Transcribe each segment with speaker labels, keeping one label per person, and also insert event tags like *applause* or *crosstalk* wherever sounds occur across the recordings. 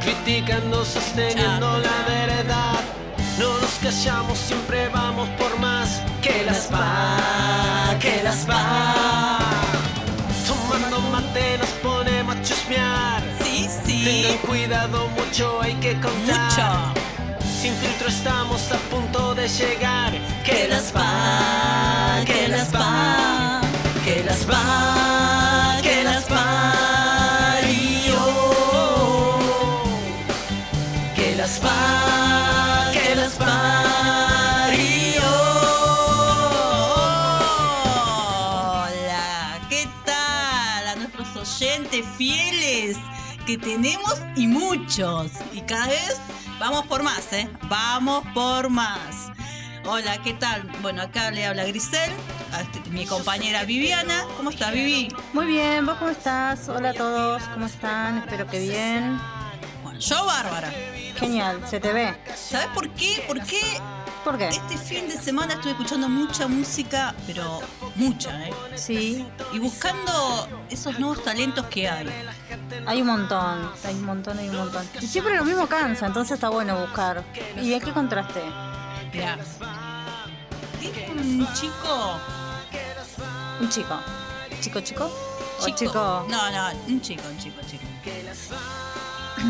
Speaker 1: criticando, sosteniendo la verdad. No nos callamos, siempre vamos por más. Que las pa, que las pa. Tomando mate nos ponemos a chusmear.
Speaker 2: Sí, sí.
Speaker 1: Tengan cuidado, mucho hay que contar.
Speaker 2: Mucho.
Speaker 1: Sin filtro estamos a punto de llegar.
Speaker 2: Que las va, que las va,
Speaker 1: que las va, que las parió. Que las va, que las parió.
Speaker 2: Hola, ¿qué tal a nuestros oyentes fieles? Que tenemos y muchos. Y cada vez vamos por más, ¿eh? Vamos por más. Hola, ¿qué tal? Bueno, acá le habla Grisel, a este- mi compañera Viviana. ¿Cómo está, Vivi?
Speaker 3: Muy bien, ¿vos cómo estás? Hola a todos, ¿cómo están? Espero que bien.
Speaker 2: Bueno, yo bárbara.
Speaker 3: Genial, se te ve.
Speaker 2: ¿Sabes por qué? ¿Por qué
Speaker 3: ¿Por qué?
Speaker 2: Este fin de semana estuve escuchando mucha música, pero mucha, ¿eh?
Speaker 3: Sí,
Speaker 2: Y buscando esos nuevos talentos que hay.
Speaker 3: hay un montón, hay un montón, hay un montón. Y siempre lo mismo cansa, entonces está bueno buscar. ¿Y de qué contraste?
Speaker 2: Mirá. Tengo un chico.
Speaker 3: Un chico. ¿Chico, chico? ¿O
Speaker 2: Chico.
Speaker 3: chico?
Speaker 2: No, no, un chico, un chico, un chico.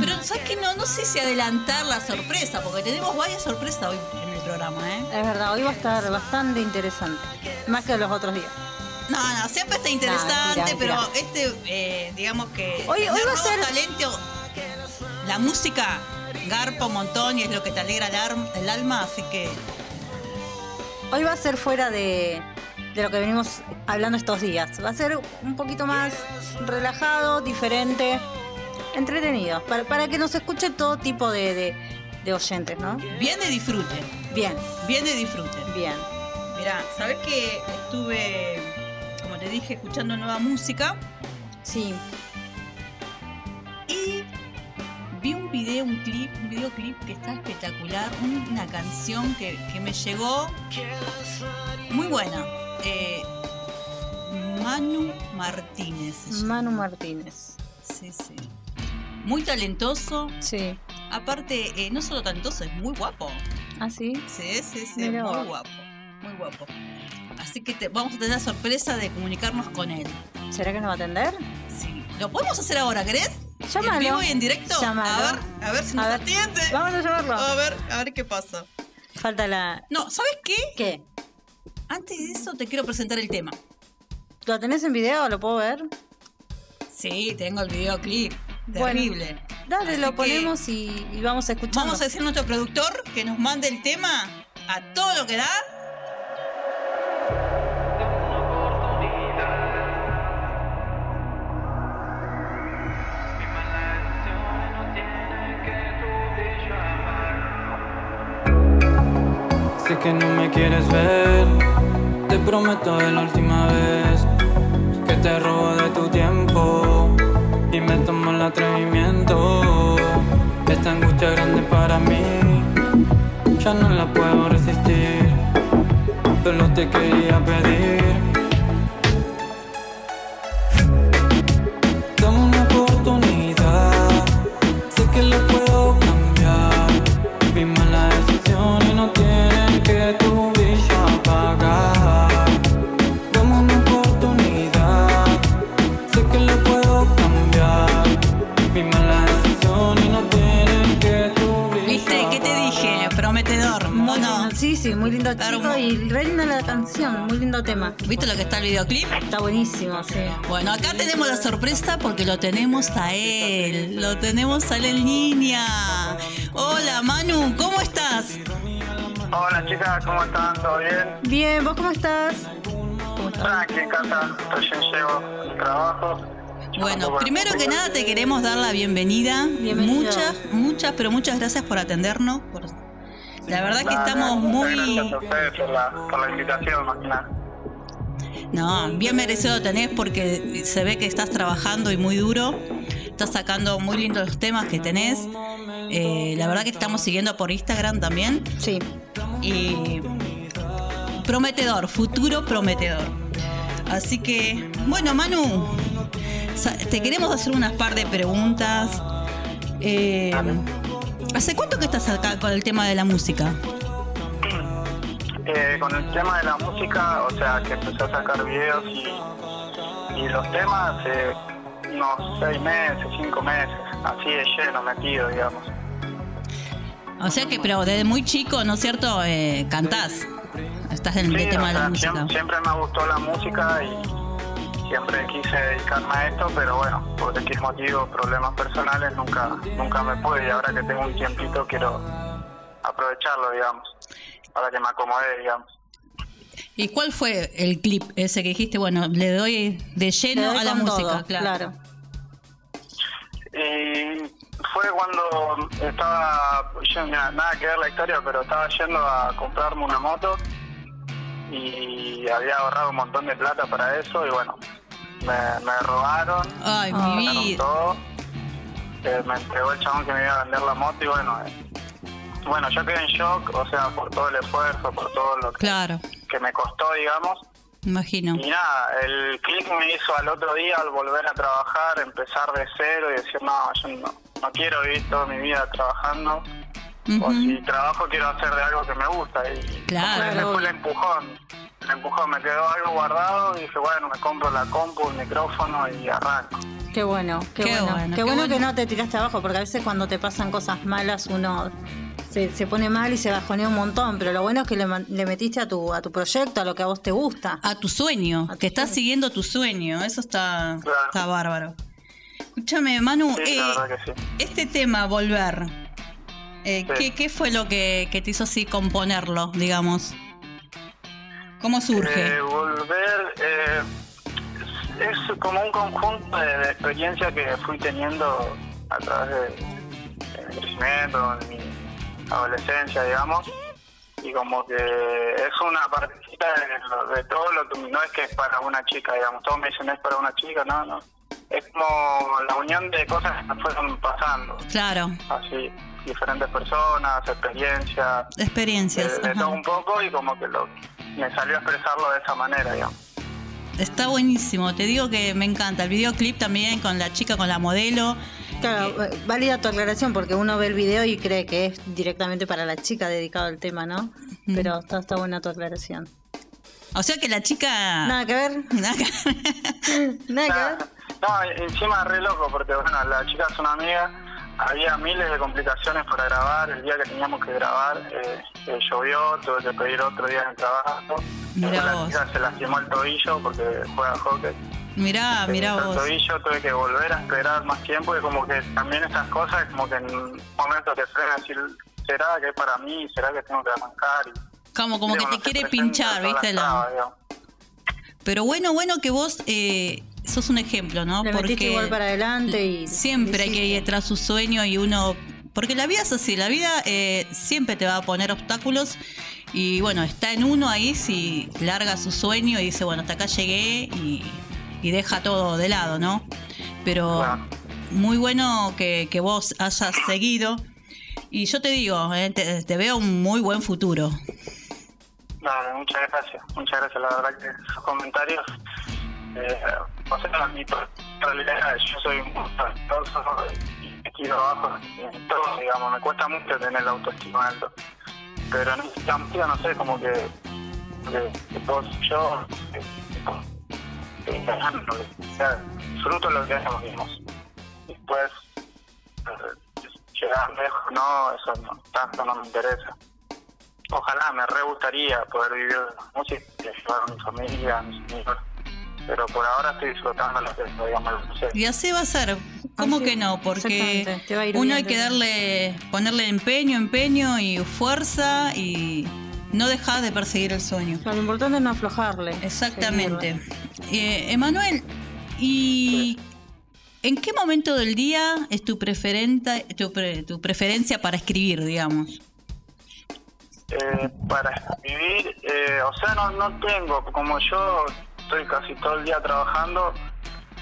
Speaker 2: Pero, ¿sabes qué? No, no sé si adelantar la sorpresa, porque tenemos varias sorpresas hoy en el programa, ¿eh?
Speaker 3: Es verdad, hoy va a estar bastante interesante. Más que los otros días.
Speaker 2: No, no, siempre está interesante,
Speaker 3: No, mentira,
Speaker 2: pero
Speaker 3: mentira.
Speaker 2: este, eh, digamos que.
Speaker 3: Hoy- hoy
Speaker 2: tener
Speaker 3: va a
Speaker 2: nuevos
Speaker 3: ser-
Speaker 2: talento. La música garpa un montón y es lo que te alegra el, arm- el alma, así que.
Speaker 3: Hoy va a ser fuera de, de lo que venimos hablando estos días. Va a ser un poquito más relajado, diferente, entretenido. Para, para que nos escuche todo tipo de, de- de oyentes, ¿no?
Speaker 2: Viene disfrute,
Speaker 3: Bien,
Speaker 2: viene disfrute.
Speaker 3: bien.
Speaker 2: Mirá, ¿sabés que estuve, como te dije, escuchando nueva música
Speaker 3: Sí,
Speaker 2: y vi un video, un clip, un videoclip que está espectacular, una canción que, que me llegó muy buena. Eh, Manu Martínez. se llama.
Speaker 3: Manu Martínez.
Speaker 2: Sí, sí. Muy talentoso.
Speaker 3: Sí.
Speaker 2: Aparte, eh, no solo talentoso, es muy guapo.
Speaker 3: ¿Ah, sí?
Speaker 2: Sí, sí, sí.
Speaker 3: Mirá
Speaker 2: Muy
Speaker 3: vos.
Speaker 2: guapo. Muy guapo. Así que te- vamos a tener la sorpresa de comunicarnos con él.
Speaker 3: ¿Será que nos va a atender?
Speaker 2: Sí. ¿Lo podemos hacer ahora, querés? ¿En
Speaker 3: Llámalo.
Speaker 2: vivo y en directo?
Speaker 3: Llámalo.
Speaker 2: A ver, Oh. a ver si
Speaker 3: A
Speaker 2: nos
Speaker 3: ver.
Speaker 2: atiende.
Speaker 3: Vamos a llamarlo.
Speaker 2: A ver, a ver qué pasa.
Speaker 3: Falta la...
Speaker 2: No, ¿sabes qué?
Speaker 3: ¿Qué?
Speaker 2: Antes de eso te quiero presentar el tema.
Speaker 3: ¿Lo tenés en video? ¿Lo puedo ver?
Speaker 2: Sí, tengo el videoclip.
Speaker 3: Bueno.
Speaker 2: Terrible.
Speaker 3: Dale,
Speaker 2: Así
Speaker 3: lo
Speaker 2: que
Speaker 3: ponemos y, y vamos a escuchar.
Speaker 2: Vamos a decir a nuestro productor que nos mande el tema a todo lo que da.
Speaker 4: Sé que no me quieres ver, te prometo es la última vez que te robo de tu tiempo y me tomo el atrevimiento. Esta angustia grande para mí, ya no la puedo resistir, pero te quería pedir. Dame una oportunidad, sé que lo puedo cambiar. Mi mala decisión y no tienen que tu brillo apagar. Dame una oportunidad, sé que lo puedo cambiar. Mi mala decisión y no tienen que tu brillo
Speaker 2: ¿Viste? ¿Qué te dije?
Speaker 4: apagar.
Speaker 2: Prometedor, ¿o
Speaker 3: Muy
Speaker 2: no?
Speaker 3: lindo, Sí, sí, muy lindo chico
Speaker 2: Hermoso.
Speaker 3: y re linda la canción, muy lindo tema.
Speaker 2: ¿Viste lo que está el videoclip?
Speaker 3: Está buenísimo, sí.
Speaker 2: Bueno, acá tenemos la sorpresa porque lo tenemos a él. Lo tenemos a él en línea. Hola, Manu, ¿cómo estás?
Speaker 5: Hola chicas, ¿cómo están? ¿Todo bien?
Speaker 3: Bien, ¿vos cómo estás? Ah, ¿Cómo estás?
Speaker 5: Tranqui, en casa, recién llego del trabajo.
Speaker 2: Bueno, primero que nada te queremos dar la bienvenida.
Speaker 3: Bienvenido.
Speaker 2: Muchas, muchas, pero muchas gracias por atendernos. por- La verdad que estamos muy...
Speaker 5: Gracias a ustedes por la, por la invitación, más que nada. *clears throat*
Speaker 2: No, bien merecido tenés porque se ve que estás trabajando y muy duro. Estás sacando muy lindos los temas que tenés. Eh, la verdad que estamos siguiendo por Instagram también.
Speaker 3: Sí,
Speaker 2: y prometedor, futuro prometedor. Así que, bueno, Manu, sa- te queremos hacer unas par de preguntas. Eh, ¿Hace cuánto que estás acá con el tema de la música?
Speaker 5: Eh, con el tema de la música, o sea, que empecé a sacar videos y, y los temas hace unos seis meses, cinco meses, así de lleno, metido, digamos.
Speaker 2: O sea que, pero desde muy chico, ¿no es cierto? Eh, cantás. Estás en el
Speaker 5: Sí,
Speaker 2: tema
Speaker 5: o
Speaker 2: de la
Speaker 5: sea,
Speaker 2: música.
Speaker 5: siem- siempre me gustó la música y siempre quise dedicarme a esto, pero bueno, por X motivo, problemas personales, nunca, nunca me pude y ahora que tengo un tiempito quiero aprovecharlo, digamos, para que me acomode, digamos.
Speaker 2: ¿Y cuál fue el clip ese que dijiste? Bueno, le doy de
Speaker 3: Te
Speaker 2: lleno
Speaker 3: doy
Speaker 2: a la
Speaker 3: con
Speaker 2: música,
Speaker 3: todo,
Speaker 2: claro.
Speaker 5: Y fue cuando estaba, yo, mira, nada que ver la historia, pero estaba yendo a comprarme una moto y había ahorrado un montón de plata para eso y bueno, me, me robaron.
Speaker 2: Ay,
Speaker 3: Ah.
Speaker 2: mi
Speaker 5: sacaron
Speaker 2: vida.
Speaker 5: todo. Eh, me entregó el chabón que me iba a vender la moto y bueno, eh, bueno, yo quedé en shock, o sea, por todo el esfuerzo, por todo lo que,
Speaker 2: Claro,
Speaker 5: que me costó, digamos.
Speaker 2: imagino.
Speaker 5: Y nada, el clic me hizo al otro día, al volver a trabajar, empezar de cero y decir, no, yo no, no quiero vivir toda mi vida trabajando. O
Speaker 2: Ujú.
Speaker 5: si trabajo, quiero hacer de algo que me gusta. Y
Speaker 2: Claro.
Speaker 5: ese fue el empujón. El empujón, me quedó algo guardado y dije, bueno, me compro la compu, un micrófono y arranco.
Speaker 3: Qué bueno, qué,
Speaker 2: Qué
Speaker 3: bueno.
Speaker 2: bueno,
Speaker 3: Qué
Speaker 2: qué
Speaker 3: bueno que
Speaker 2: bueno.
Speaker 3: no te tiraste abajo, porque a veces cuando te pasan cosas malas uno se, se pone mal y se bajonea un montón, pero lo bueno es que le, man- le metiste a tu, a tu proyecto, a lo que a vos te gusta.
Speaker 2: A tu sueño,
Speaker 3: A tu
Speaker 2: que estás
Speaker 3: sueño.
Speaker 2: siguiendo tu sueño. Eso está,
Speaker 5: Claro.
Speaker 2: está bárbaro. Escúchame, Manu,
Speaker 5: Sí,
Speaker 2: eh,
Speaker 5: la verdad que sí.
Speaker 2: este tema, Volver, eh,
Speaker 5: Sí.
Speaker 2: ¿qué, qué fue lo que, que te hizo así componerlo, digamos? ¿Cómo surge?
Speaker 5: Eh, volver eh, es como un conjunto de, de experiencias que fui teniendo a través de, de mi crecimiento, de mi adolescencia, digamos. Y como que es una partecita de, lo- de todo lo que no es que es para una chica, digamos. Todos me dicen es para una chica, no, no. Es como la unión de cosas que me fueron pasando,
Speaker 2: claro,
Speaker 5: así, diferentes personas, experiencias, de,
Speaker 2: experiencias.
Speaker 5: de
Speaker 2: ajá.
Speaker 5: todo un poco y como que lo, me salió a expresarlo de esa manera, digamos.
Speaker 2: Está buenísimo, te digo que me encanta. El videoclip también con la chica, con la modelo.
Speaker 3: Claro, eh, válida tu aclaración, porque uno ve el video y cree que es directamente para la chica dedicado al tema, ¿no?
Speaker 2: Mm.
Speaker 3: Pero está, está buena tu aclaración.
Speaker 2: O sea que la chica...
Speaker 3: Nada que ver, nada que ver.
Speaker 5: No, encima re loco, porque bueno, la chica es una amiga, había miles de complicaciones para grabar, el día que teníamos que grabar eh, eh, llovió, tuve que pedir otro día en el trabajo,
Speaker 2: Mirá
Speaker 5: Después la
Speaker 2: vos.
Speaker 5: chica se lastimó el tobillo porque juega hockey,
Speaker 2: *laughs* mirá,
Speaker 5: Se
Speaker 2: Ah, mirá
Speaker 5: hizo
Speaker 2: vos.
Speaker 5: el tobillo, tuve que volver a esperar más tiempo y como que también estas cosas, como que en un momento te frena decir, ¿será que es para mí? ¿Será que tengo que arrancar? Y,
Speaker 2: Como, como que
Speaker 5: digamos,
Speaker 2: te
Speaker 5: no se
Speaker 2: quiere
Speaker 5: presenta
Speaker 2: pinchar,
Speaker 5: toda
Speaker 2: ¿viste? La-
Speaker 5: traba, digamos. eh.
Speaker 2: Pero bueno, bueno que vos eh, sos un ejemplo, ¿no?
Speaker 3: Le metiste igual para adelante y...
Speaker 2: siempre hay que ir
Speaker 3: hiciste.
Speaker 2: tras su sueño y uno... Porque la vida es así, la vida eh, siempre te va a poner obstáculos y bueno, está en uno ahí si larga su sueño y dice, bueno, hasta acá llegué y, y deja todo de lado, ¿no? Pero
Speaker 5: Claro.
Speaker 2: muy bueno que, que vos hayas seguido y yo te digo, eh, te, te veo un muy buen futuro.
Speaker 5: Vale, muchas gracias, muchas gracias. La verdad que sus comentarios, eh, o sea, mi pro- realidad, yo soy un talentoso y me quiero abajo en todo, digamos, me cuesta mucho tener la autoestima alto. Pero en esta música, no sé, como que, que, que vos, yo, eh, que, que ganamos lo que- o sea, disfruto lo que hacemos mismos. Después, eh, llegar lejos, no, eso no, tanto no me interesa. Ojalá, me re gustaría poder vivir de la música y ayudar a mi familia, a mis amigos. Pero por ahora estoy disfrutando lo que es, digamos, la música.
Speaker 2: Y así va a ser. ¿Cómo
Speaker 3: Así,
Speaker 2: que no? Porque
Speaker 3: exactamente, te va a ir
Speaker 2: uno
Speaker 3: bien,
Speaker 2: hay que
Speaker 3: te va a ir
Speaker 2: darle, ponerle empeño, empeño y fuerza y no dejar de perseguir el sueño.
Speaker 3: O sea, lo importante es no aflojarle.
Speaker 2: Exactamente.
Speaker 3: seguirle.
Speaker 2: Eh, Emanuel, ¿y en qué momento del día es tu, preferenta, tu, pre- tu preferencia para escribir, digamos?
Speaker 5: Eh, para escribir, eh, o sea, no, no tengo, como yo estoy casi todo el día trabajando,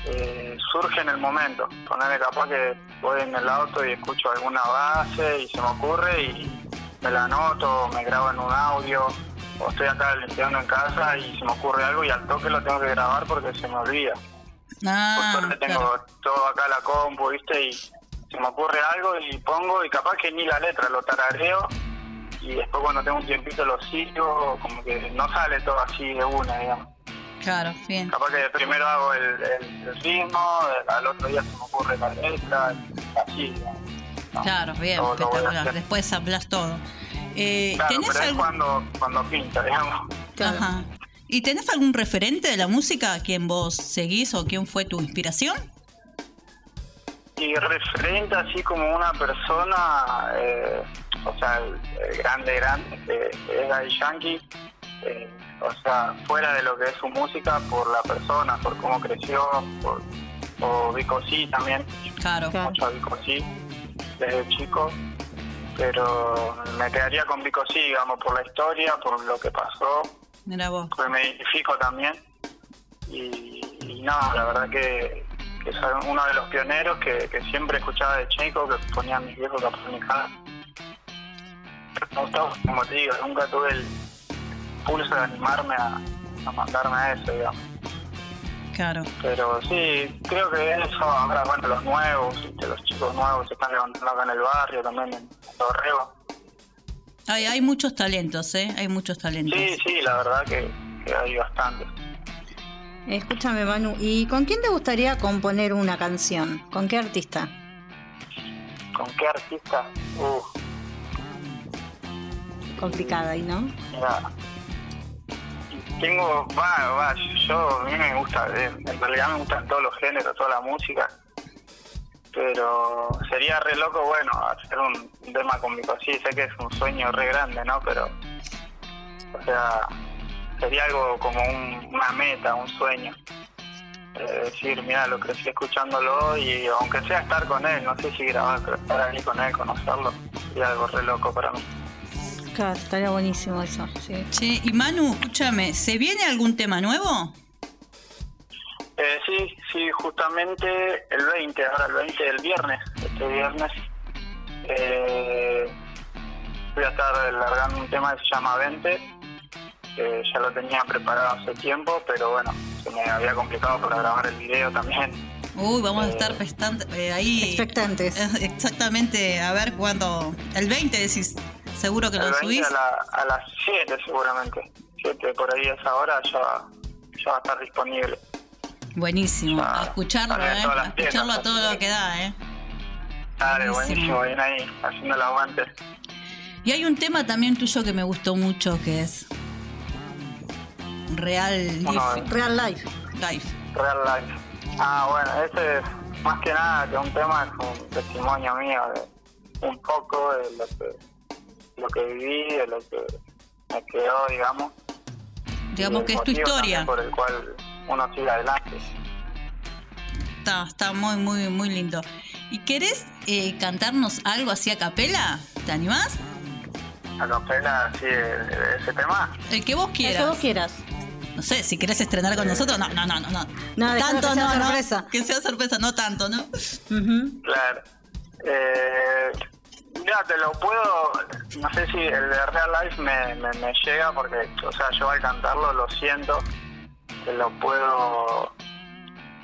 Speaker 5: eh, surge en el momento. Ponerme capaz que voy en el auto y escucho alguna base y se me ocurre y me la anoto, me grabo en un audio, o estoy acá limpiando en casa y se me ocurre algo y al toque lo tengo que grabar porque se me olvida. Por
Speaker 2: Ah,
Speaker 5: suerte tengo
Speaker 2: claro.
Speaker 5: todo acá la compu, ¿viste? Y se me ocurre algo y pongo y capaz que ni la letra, lo tarareo y después cuando tengo un tiempito lo sigo, como que no sale todo así de una, digamos.
Speaker 2: Claro, bien.
Speaker 5: Capaz que primero hago el, el- el ritmo, al otro día se me ocurre la letra, así, digamos. ¿no?
Speaker 2: Claro, bien,
Speaker 5: Lo- lo voy a
Speaker 2: espectacular.
Speaker 5: hacer.
Speaker 2: Después hablas todo. Eh,
Speaker 5: Claro,
Speaker 2: ¿tenés
Speaker 5: pero es
Speaker 2: algún-
Speaker 5: cuando, cuando pinta, digamos.
Speaker 3: Claro.
Speaker 2: Ajá. ¿Y tenés algún referente de la música a quien vos seguís o quién fue tu inspiración?
Speaker 5: Y referente así como una persona, eh, o sea, el, el grande, grande, que es Daddy Yankee, eh, o sea, fuera de lo que es su música, por la persona, por cómo creció, por, o Vico sí también,
Speaker 2: Claro.
Speaker 3: Claro.
Speaker 5: mucho a Vico sí, desde chico, pero me quedaría con Vico sí, digamos, por la historia, por lo que pasó,
Speaker 2: Mira vos.
Speaker 5: pues me identifico también. Y, y nada, la verdad que, que es uno de los pioneros que, que siempre escuchaba de chico, que ponían mis viejos a comunicar. Me gustaba, como te digo, nunca tuve el pulso de animarme a, a mandarme a eso, digamos.
Speaker 2: Claro.
Speaker 5: Pero sí, creo que eso, ahora bueno, los nuevos, ¿viste? los chicos nuevos que se están levantando acá en el barrio, también en Torreo.
Speaker 2: Hay, hay muchos talentos, ¿eh? Hay muchos talentos.
Speaker 5: Sí, sí, la verdad que, que hay bastantes.
Speaker 3: Escúchame, Manu, ¿y con quién te gustaría componer una canción? ¿Con qué artista?
Speaker 5: ¿Con qué artista? Uf.
Speaker 3: Complicada ahí, ¿no?
Speaker 5: Mira, tengo, va, va, yo, a mí me gusta, eh, en realidad me gustan todos los géneros, toda la música, pero sería re loco, bueno, hacer un un tema con mi sí, sé que es un sueño re grande, ¿no? Pero, o sea, sería algo como un- una meta, un sueño. Eh, decir, mira, lo crecí escuchándolo y aunque sea estar con él, no sé si grabar, pero estar ahí con él, conocerlo, sería algo re loco para mí.
Speaker 3: Claro, estaría buenísimo eso, sí.
Speaker 2: Che, y Manu, escúchame, ¿se viene algún tema nuevo?
Speaker 5: Eh, sí, sí, justamente el 20, ahora el 20 del viernes, este viernes, eh, voy a estar largando un tema que se llama 20, que ya lo tenía preparado hace tiempo, pero bueno, se me había complicado para grabar el video también.
Speaker 2: Uy, vamos a
Speaker 5: Eh,
Speaker 2: estar prestando- eh, ahí.
Speaker 3: Expectantes.
Speaker 2: Eh, Exactamente, a ver cuándo. El 20 decís, seguro que
Speaker 5: el
Speaker 2: lo
Speaker 5: 20
Speaker 2: subís.
Speaker 5: a, la- a las 7 seguramente, 7 por ahí a esa hora ya, ya va a estar disponible.
Speaker 2: Buenísimo, a escucharlo,
Speaker 5: Ahí
Speaker 2: ¿eh?
Speaker 5: en Ah, todas
Speaker 2: A
Speaker 5: las tiendas,
Speaker 2: escucharlo a todo
Speaker 5: así
Speaker 2: lo
Speaker 5: que-
Speaker 2: que da, ¿eh?
Speaker 5: Dale,
Speaker 2: Buenísimo.
Speaker 5: buenísimo, bien ahí, haciendo el aguante.
Speaker 2: Y hay un tema también tuyo que me gustó mucho que es. Real
Speaker 5: Bueno, eh,
Speaker 2: Life.
Speaker 3: Real Life.
Speaker 2: Life.
Speaker 5: Real Life. Ah, bueno, este es más que nada que un tema, es un testimonio mío, de un poco de lo que, lo que viví, de lo que me quedó, digamos.
Speaker 2: Digamos
Speaker 5: y
Speaker 2: que
Speaker 5: el
Speaker 2: es tu
Speaker 5: motivo
Speaker 2: historia.
Speaker 5: también Por el cual uno sigue adelante.
Speaker 2: Está, está muy, muy, muy lindo. ¿Y querés eh, cantarnos algo así a capela? ¿Te animás?
Speaker 5: A capela, así, de, de ese tema.
Speaker 2: El que vos
Speaker 3: El que vos
Speaker 2: quieras.
Speaker 3: quieras.
Speaker 2: No sé, si querés estrenar con nosotros, no, no, no, no. No,
Speaker 3: No, dejá que sea sorpresa.
Speaker 2: Que sea sorpresa, no tanto, ¿no?
Speaker 3: Ujú.
Speaker 5: Claro. Eh, mira, te lo puedo. No sé si el de Real Life me, me, me llega porque, o sea, yo al cantarlo lo siento. Te lo puedo.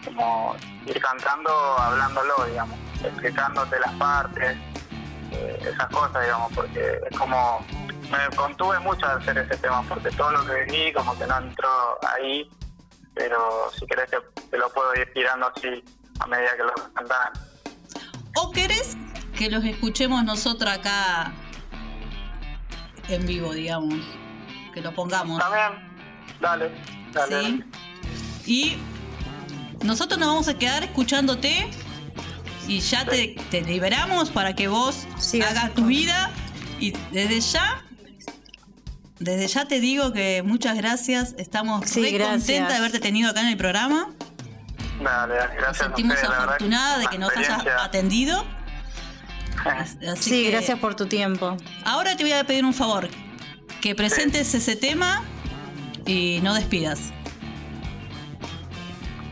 Speaker 5: Como ir cantando, hablándolo, digamos. Explicándote las partes, eh, esas cosas, digamos, porque es como. Me contuve mucho al hacer ese tema porque todo lo que vi, como que no entró ahí. Pero si querés, te, te lo puedo ir tirando así a medida que lo cantan.
Speaker 2: ¿O querés que los escuchemos nosotros acá en vivo, digamos? Que lo pongamos.
Speaker 5: También, dale, dale.
Speaker 2: ¿sí? Y nosotros nos vamos a quedar escuchándote y ya te, te liberamos para que vos
Speaker 3: Sí,
Speaker 2: hagas tu vida. Y desde ya, desde ya te digo que muchas gracias. Estamos
Speaker 3: Sí,
Speaker 2: muy
Speaker 3: gracias.
Speaker 2: contentas de haberte tenido acá en el programa.
Speaker 5: Dale, dale,
Speaker 2: Nos
Speaker 5: gracias. a
Speaker 2: sentimos
Speaker 5: ustedes, la verdad que
Speaker 2: afortunadas de
Speaker 5: una
Speaker 2: que nos hayas
Speaker 5: experiencia.
Speaker 2: atendido.
Speaker 5: *laughs*
Speaker 2: Así
Speaker 3: Sí,
Speaker 2: que
Speaker 3: gracias por tu tiempo.
Speaker 2: Ahora te voy a pedir un favor, que presentes ese tema y no despidas.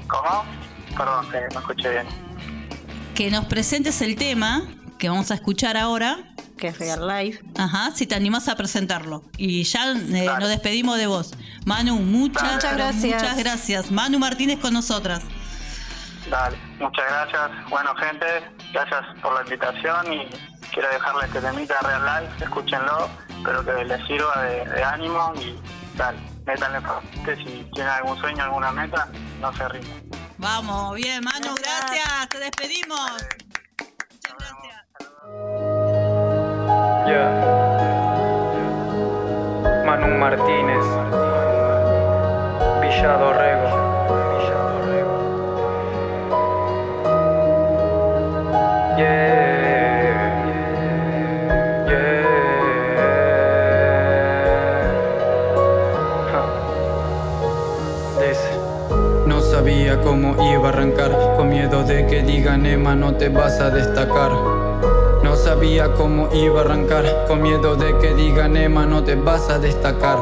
Speaker 5: ¿Cómo? Perdón, que no escuché bien.
Speaker 2: que nos presentes el tema que vamos a escuchar ahora.
Speaker 3: Que es Real Life.
Speaker 2: Ajá, si te animás a presentarlo. Y ya eh,
Speaker 5: Dale.
Speaker 2: nos despedimos de vos. Manu, muchas,
Speaker 5: Dale.
Speaker 3: Muchas
Speaker 2: pero
Speaker 3: gracias.
Speaker 2: Muchas gracias. Manu Martínez con nosotras.
Speaker 5: Dale, muchas gracias. Bueno, gente, gracias por la invitación y quiero dejarles este temita Real Life, escúchenlo, espero que les sirva de, de ánimo y dale, métanle fuerte si tienen algún sueño, alguna meta, no se rindan.
Speaker 2: Vamos, bien, Manu,
Speaker 3: Gracias.
Speaker 2: gracias. Te despedimos.
Speaker 5: Dale,
Speaker 2: Muchas
Speaker 5: nos vemos.
Speaker 2: gracias.
Speaker 6: Manu Martínez, Villa Dorrego. Yeah, yeah. Ja. Ah. Dice.
Speaker 4: No sabía cómo iba a arrancar, con miedo de que digan Emma no te vas a destacar. No sabía cómo iba a arrancar, con miedo de que digan Emma no te vas a destacar.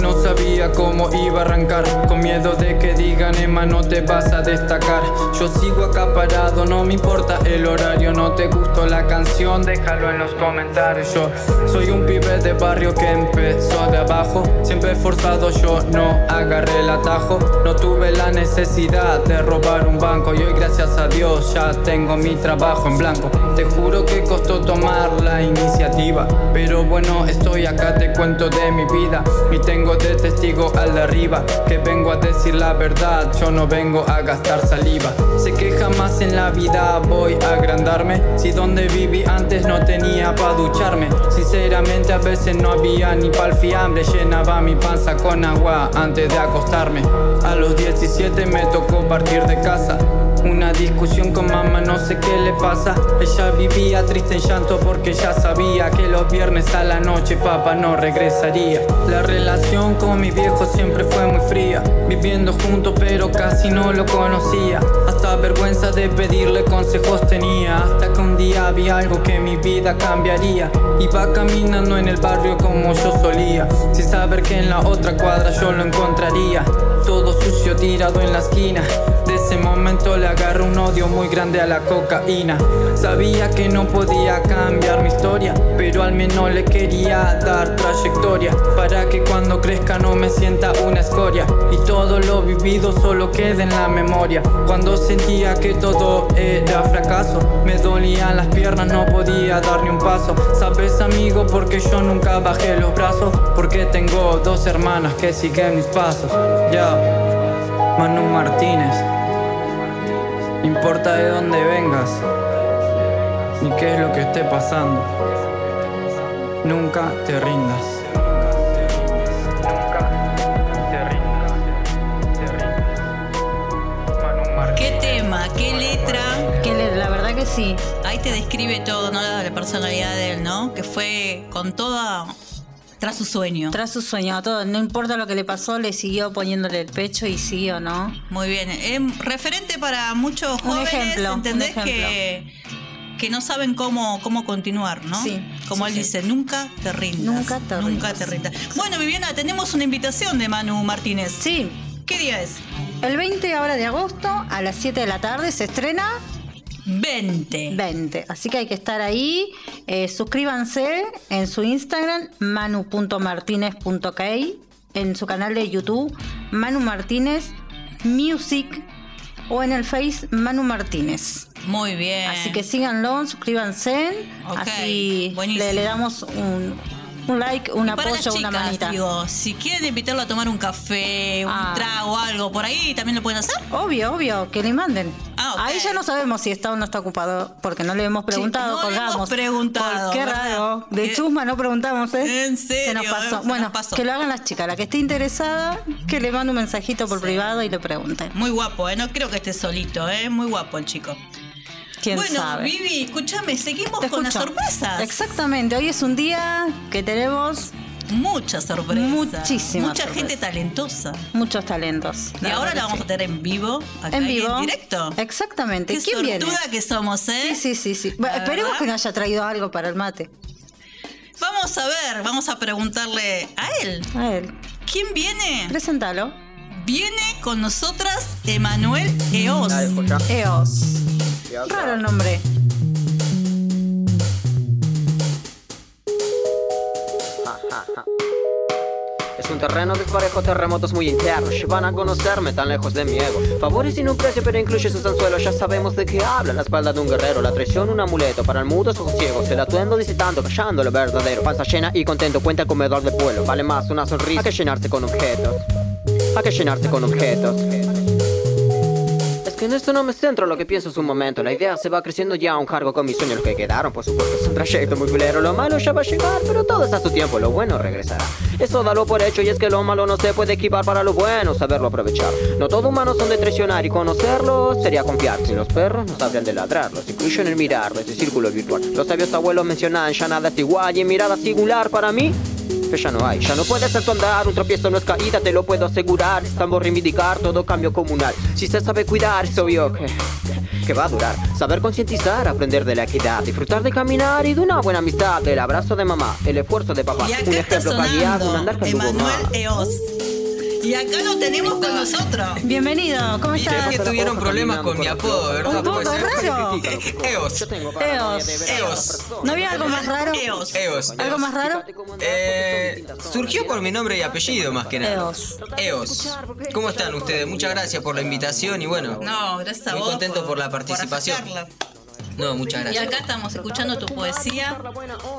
Speaker 4: No sabía cómo iba a arrancar, con miedo de que digan Emma no te vas a destacar. Yo sigo acaparado, no me importa el horario, no te gustó la canción, déjalo en los comentarios. Yo soy un pibe de barrio que empezó de abajo, siempre esforzado yo no agarré el atajo. No tuve la necesidad de robar un banco y hoy gracias a Dios ya tengo mi trabajo en blanco. Te juro que costó tomar la iniciativa, pero bueno estoy acá te cuento de mi vida y tengo de testigo al de arriba que vengo a decir la verdad. Yo no vengo a gastar saliva. Sé que jamás en la vida voy a agrandarme. Si donde viví antes no tenía pa ducharme. Sinceramente a veces no había ni pa'l fiambre. Llenaba mi panza con agua antes de acostarme. A los 17 me tocó partir de casa. Una discusión con mamá, no sé qué le pasa. Ella vivía triste en llanto porque ya sabía que los viernes a la noche papá no regresaría. La relación con mi viejo siempre fue muy fría, viviendo juntos pero casi no lo conocía. Hasta vergüenza de pedirle consejos tenía, hasta que un día vi algo que mi vida cambiaría. Iba caminando en el barrio como yo solía, sin saber que en la otra cuadra yo lo encontraría. Todo sucio tirado en la esquina, de ese momento le agarré un odio muy grande a la cocaína. Sabía que no podía cambiar mi historia, pero al menos le quería dar trayectoria. Para que cuando crezca no me sienta una escoria. Y todo lo vivido solo quede en la memoria. Cuando sentía que todo era fracaso, me dolían las piernas, no podía dar ni un paso. Sabes, amigo, porque yo nunca bajé los brazos. Porque tengo dos hermanas que siguen mis pasos. Ya, Manu Martínez. No importa de dónde vengas, ni qué es lo que esté pasando. Nunca te rindas.
Speaker 6: Nunca te rindas, te rindas. Manu Martínez.
Speaker 2: Qué tema, qué letra.
Speaker 3: Que le- la verdad que sí.
Speaker 2: Ahí te describe todo, ¿no? La, la personalidad de él, ¿no? Que fue con toda. tras su sueño.
Speaker 3: Tras su sueño, todo, no importa lo que le pasó, le siguió poniéndole el pecho y siguió, ¿no?
Speaker 2: Muy bien. Em, referente para muchos
Speaker 3: Un
Speaker 2: jóvenes,
Speaker 3: ejemplo, un
Speaker 2: ¿entendés?
Speaker 3: ejemplo.
Speaker 2: Que, que no saben cómo, cómo continuar, ¿no?
Speaker 3: Sí,
Speaker 2: Como
Speaker 3: sí,
Speaker 2: él
Speaker 3: sí.
Speaker 2: dice, nunca te rindas.
Speaker 3: Nunca te
Speaker 2: Nunca
Speaker 3: rindas.
Speaker 2: te rindas. Bueno, Viviana, tenemos una invitación de Manu Martínez.
Speaker 3: Sí,
Speaker 2: ¿Qué día es?
Speaker 3: el 20 ahora de agosto a las 7 de la tarde se estrena
Speaker 2: 20.
Speaker 3: 20. Así que hay que estar ahí. Eh, suscríbanse en su Instagram, manu.martinez.k, en su canal de YouTube, Manu Martínez Music, o en el Face, Manu Martínez.
Speaker 2: Muy bien.
Speaker 3: Así que síganlo, suscríbanse.
Speaker 2: Eh. Ok,
Speaker 3: Así
Speaker 2: buenísimo.
Speaker 3: le, le damos un, un like, un
Speaker 2: Para
Speaker 3: apoyo,
Speaker 2: las chicas,
Speaker 3: una manita.
Speaker 2: digo, si quieren invitarlo a tomar un café, un
Speaker 3: Ah.
Speaker 2: trago, algo por ahí, también lo pueden hacer.
Speaker 3: Obvio, obvio, que le manden.
Speaker 2: Ah, ok.
Speaker 3: Ahí ya no sabemos si está o no está ocupado, porque no le hemos preguntado,
Speaker 2: no le hemos
Speaker 3: colgamos.
Speaker 2: preguntado,
Speaker 3: Por- qué
Speaker 2: ¿verdad?
Speaker 3: raro.
Speaker 2: Eh,
Speaker 3: De chusma no preguntamos, ¿eh?
Speaker 2: en serio,
Speaker 3: Se nos pasó.
Speaker 2: eh, se
Speaker 3: bueno,
Speaker 2: nos pasó.
Speaker 3: que lo hagan las chicas. La que esté interesada, que le mande un mensajito por privado y le pregunte.
Speaker 2: Muy guapo, ¿eh? No creo que esté solito, ¿eh? Muy guapo el chico.
Speaker 3: ¿Quién
Speaker 2: bueno,
Speaker 3: sabe?
Speaker 2: Vivi, escúchame, seguimos
Speaker 3: Te
Speaker 2: con las
Speaker 3: escucho.
Speaker 2: sorpresas.
Speaker 3: Exactamente. Hoy es un día que tenemos
Speaker 2: Muchas sorpresas.
Speaker 3: Muchísimas
Speaker 2: Mucha
Speaker 3: sorpresas.
Speaker 2: gente talentosa.
Speaker 3: muchos talentos.
Speaker 2: Y ahora la
Speaker 3: verdad
Speaker 2: vamos
Speaker 3: que
Speaker 2: a tener en vivo,
Speaker 3: sí.
Speaker 2: acá
Speaker 3: en
Speaker 2: y
Speaker 3: vivo.
Speaker 2: en directo.
Speaker 3: Exactamente.
Speaker 2: Qué
Speaker 3: ¿Quién viene?
Speaker 2: sortuda que somos, ¿eh?
Speaker 3: Sí, sí, sí, sí. Bueno,
Speaker 2: La
Speaker 3: esperemos
Speaker 2: verdad.
Speaker 3: que no haya traído algo para el mate.
Speaker 2: Vamos a ver, vamos a preguntarle a él.
Speaker 3: A él.
Speaker 2: ¿Quién viene?
Speaker 3: Preséntalo.
Speaker 2: Viene con nosotras Emanuel Eos.
Speaker 3: EOS. Raro el nombre.
Speaker 7: Es Es un terreno disparejo, terremotos muy internos. Van a conocerme tan lejos de mi ego. Favores sin un precio, pero incluye sus anzuelos. Ya sabemos de qué hablan. La espalda de un guerrero, la traición, un amuleto. Para el mudo, ojos ciegos. El atuendo dice tanto, callando lo verdadero. Panza llena y contento, cuenta el comedor del pueblo. Vale más una sonrisa que llenarse con objetos. Hay que llenarse con objetos. Es que en esto no me centro lo que pienso es un momento. La idea se va creciendo ya a un cargo con mis sueños que quedaron. Por supuesto, es un trayecto muy culero. Lo malo ya va a llegar, pero todo es a su tiempo. Lo bueno regresará. Eso dalo por hecho y es que lo malo no se puede equivar para lo bueno. Saberlo aprovechar. No todos humanos son de traicionar y conocerlos sería confiar. Sin los perros no sabrían de ladrarlos. Incluyo en el mirarlo, ese círculo virtual. Los sabios abuelos mencionan ya nada es igual y en mirada singular para mí. Que ya no hay, ya no puedes hacer tu andar, un tropiezo no es caída, te lo puedo asegurar. Estamos reivindicar todo cambio comunal. Si se sabe cuidar, es obvio que, que va a durar. Saber concientizar, aprender de la equidad, disfrutar de caminar y de una buena amistad. El abrazo de mamá, el esfuerzo de papá.
Speaker 2: Y
Speaker 7: un
Speaker 2: acá está
Speaker 7: ejemplo para guiar, un
Speaker 2: sonando
Speaker 7: andar que anduvo
Speaker 2: Emanuel
Speaker 8: eh,
Speaker 7: mal.
Speaker 2: Eos. Y acá lo tenemos con nosotros.
Speaker 3: Bienvenido, ¿cómo
Speaker 8: Mirá
Speaker 3: estás?
Speaker 8: que tuvieron problemas con mi apodo, ¿verdad?
Speaker 3: Un poco
Speaker 8: Puede ser.
Speaker 3: raro.
Speaker 8: Eos.
Speaker 7: Yo tengo
Speaker 3: Eos.
Speaker 7: paranoia de ver a
Speaker 8: Eos.
Speaker 7: las personas.
Speaker 3: ¿No había algo más raro?
Speaker 2: Eos.
Speaker 8: Eos.
Speaker 3: ¿Algo más raro?
Speaker 8: Eh, surgió por mi nombre y apellido más que nada.
Speaker 3: Eos.
Speaker 8: Eos. ¿Cómo están ustedes? Muchas gracias por la invitación y bueno.
Speaker 2: No, gracias a
Speaker 8: Muy
Speaker 2: vos.
Speaker 8: contento por la participación.
Speaker 2: aceptarla.
Speaker 8: No, muchas
Speaker 2: Y
Speaker 8: gracias.
Speaker 2: acá estamos escuchando tu poesía.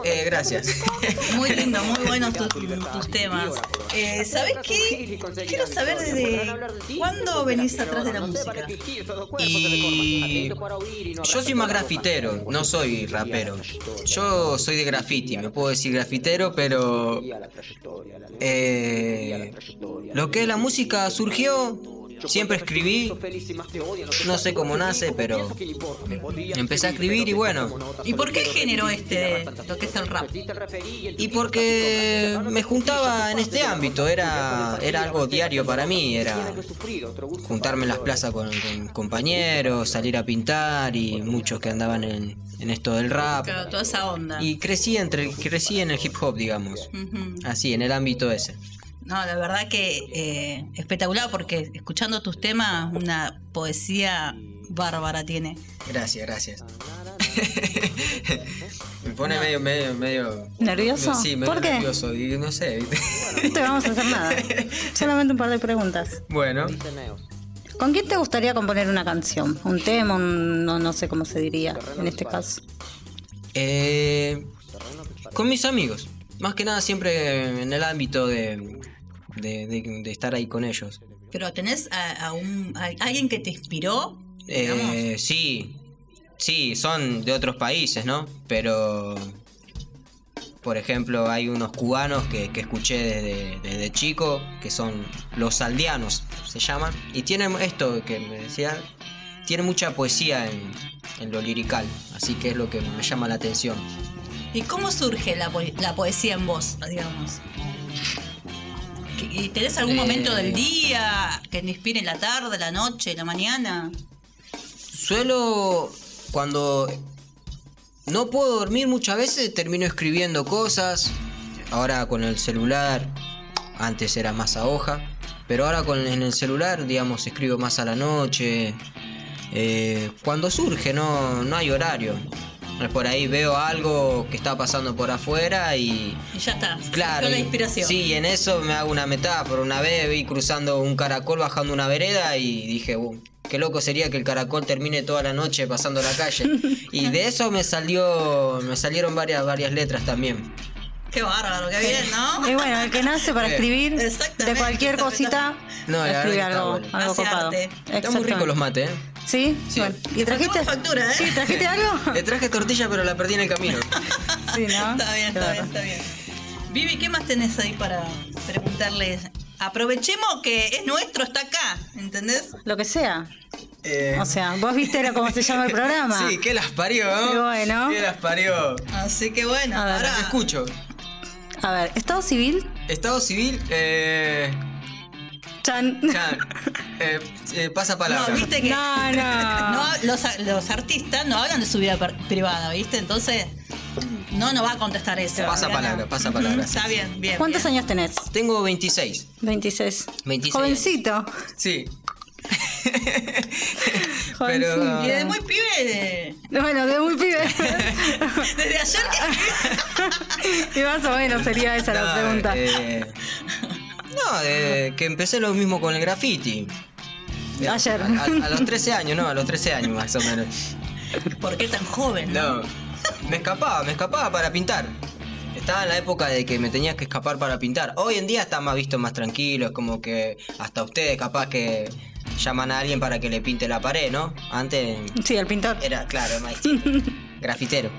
Speaker 8: Eh, gracias. *laughs*
Speaker 2: Muy lindo, *laughs* muy buenos tus, tus temas. Eh, ¿Sabés qué? Quiero saber desde cuándo venís atrás de la música.
Speaker 8: Y yo soy más grafitero, no soy rapero. Yo soy de graffiti, me puedo decir grafitero, pero eh, lo que es la música surgió, siempre escribí, no sé cómo nace, pero empecé a escribir y bueno,
Speaker 2: ¿Y por qué el género este, lo que es el rap?
Speaker 8: y porque me juntaba en este ámbito, era, era algo diario para mí, era juntarme en las plazas con, con compañeros, salir a pintar y muchos que andaban en, en esto del rap.
Speaker 2: Claro, toda esa onda.
Speaker 8: Y crecí, entre, crecí en el hip hop, digamos.
Speaker 2: Ujú.
Speaker 8: Así, en el ámbito ese.
Speaker 2: No, la verdad que eh, espectacular porque escuchando tus temas, una poesía bárbara tiene.
Speaker 8: Gracias, gracias. *laughs* me pone medio, medio, medio...
Speaker 3: ¿Nervioso?
Speaker 8: Sí, medio
Speaker 3: ¿Por qué?
Speaker 8: nervioso, y no sé, ¿viste? *laughs*
Speaker 3: No te vamos a hacer nada. Solamente un par de preguntas.
Speaker 8: bueno,
Speaker 3: ¿Con quién te gustaría componer una canción? ¿Un tema? un- no, no sé cómo se diría en este caso.
Speaker 8: eh, con mis amigos. Más que nada siempre en el ámbito de- de- de- de estar ahí con ellos.
Speaker 2: Pero tenés a, a un, a alguien que te inspiró. digamos?
Speaker 8: Eh, sí, sí, son de otros países, ¿no? Pero, por ejemplo, hay unos cubanos que, que escuché desde, desde chico, que son los aldeanos, se llaman, y tienen esto que me decían, tienen mucha poesía en, en lo lirical, así que es lo que me llama la atención.
Speaker 2: ¿Y cómo surge la, po- la poesía en vos, digamos? ¿Que- y ¿Tenés algún
Speaker 8: Eh.
Speaker 2: momento del día que te inspire la tarde, la noche, la mañana?
Speaker 8: Suelo, cuando no puedo dormir muchas veces, termino escribiendo cosas. Ahora con el celular, antes era más a hoja, pero ahora con, en el celular, digamos, escribo más a la noche. Eh, cuando surge, no, no hay horario. Por ahí veo algo que está pasando por afuera y,
Speaker 2: Y ya está.
Speaker 8: Claro.
Speaker 2: surgió la
Speaker 8: y-
Speaker 2: inspiración.
Speaker 8: Sí, y en eso me hago una metáfora. Una vez vi cruzando un caracol bajando una vereda y dije, "Uh, qué loco sería que el caracol termine toda la noche pasando
Speaker 2: *laughs*
Speaker 8: la calle. y de eso me salió, me salieron varias, varias letras también.
Speaker 2: Qué bárbaro, qué bien, ¿no?
Speaker 3: Y bueno, el
Speaker 2: *laughs*
Speaker 3: que nace
Speaker 8: *laughs*
Speaker 3: para escribir de
Speaker 2: Exactamente,
Speaker 3: cualquier
Speaker 2: está
Speaker 3: cosita,
Speaker 8: Eh, No, la verdad
Speaker 3: escribe
Speaker 8: que está
Speaker 3: algo,
Speaker 8: bueno.
Speaker 3: algo
Speaker 2: Hace
Speaker 3: copado.
Speaker 2: arte.
Speaker 8: Están muy ricos los mates, ¿eh?
Speaker 3: ¿Sí?
Speaker 8: Sí.
Speaker 3: Bueno, ¿Y trajiste?
Speaker 2: Factura, factura, ¿eh?
Speaker 3: ¿Sí?
Speaker 8: *laughs*
Speaker 3: ¿Trajiste algo?
Speaker 8: Le traje tortilla pero la perdí en el camino.
Speaker 2: *laughs*
Speaker 3: Sí, *laughs* ¿no?
Speaker 2: Está bien,
Speaker 3: Qué
Speaker 2: está bien,
Speaker 3: bárbaro.
Speaker 2: está bien. Vivi, ¿qué más tenés ahí para preguntarles? Aprovechemos que es nuestro, está acá, ¿entendés?
Speaker 3: Lo que sea.
Speaker 8: Eh,
Speaker 3: O sea, vos viste lo- cómo se llama
Speaker 8: *laughs*
Speaker 3: el programa.
Speaker 8: sí, que las parió, ¿no?
Speaker 3: Y bueno.
Speaker 8: Que las parió.
Speaker 2: Así que bueno,
Speaker 3: A ver,
Speaker 2: ahora
Speaker 8: Las escucho.
Speaker 3: A ver, Estado Civil,
Speaker 8: Estado civil, eh.
Speaker 3: Chan.
Speaker 8: ya,
Speaker 2: *laughs*
Speaker 8: eh, eh, pasa
Speaker 2: No,
Speaker 8: palabra.
Speaker 2: viste que
Speaker 3: No,
Speaker 2: *laughs*
Speaker 3: no.
Speaker 2: no, los, a- los artistas no hablan de su vida per- privada, ¿viste? Entonces, no nos va a contestar eso.
Speaker 8: Pasa
Speaker 2: Adriana.
Speaker 8: palabra, pasa palabra.
Speaker 2: Está bien, bien.
Speaker 3: ¿Cuántos
Speaker 2: bien.
Speaker 3: años tenés?
Speaker 8: Tengo 26.
Speaker 3: 26.
Speaker 8: 26
Speaker 3: Jovencito.
Speaker 8: Sí.
Speaker 3: Jovencito.
Speaker 8: Pero-
Speaker 2: Y desde muy pibe, de-
Speaker 3: Bueno, de muy pibe.
Speaker 2: desde
Speaker 8: *laughs*
Speaker 2: ayer que
Speaker 3: y más o menos sería esa la
Speaker 8: No,
Speaker 3: pregunta.
Speaker 8: eh,
Speaker 9: eh, No, de que empecé lo mismo con el graffiti. Eh,
Speaker 3: Ayer.
Speaker 9: A, a- a los 13 años, no, a los 13 años más o menos.
Speaker 2: ¿Por qué tan joven?
Speaker 9: No, me escapaba, me escapaba para pintar. Estaba en la época de que me tenías que escapar para pintar. Hoy en día está más visto más tranquilo, es como que hasta ustedes capaz que llaman a alguien para que le pinte la pared, ¿no? Antes
Speaker 3: Sí, el pintor.
Speaker 8: eh,
Speaker 9: era, claro, más distinto. grafitero.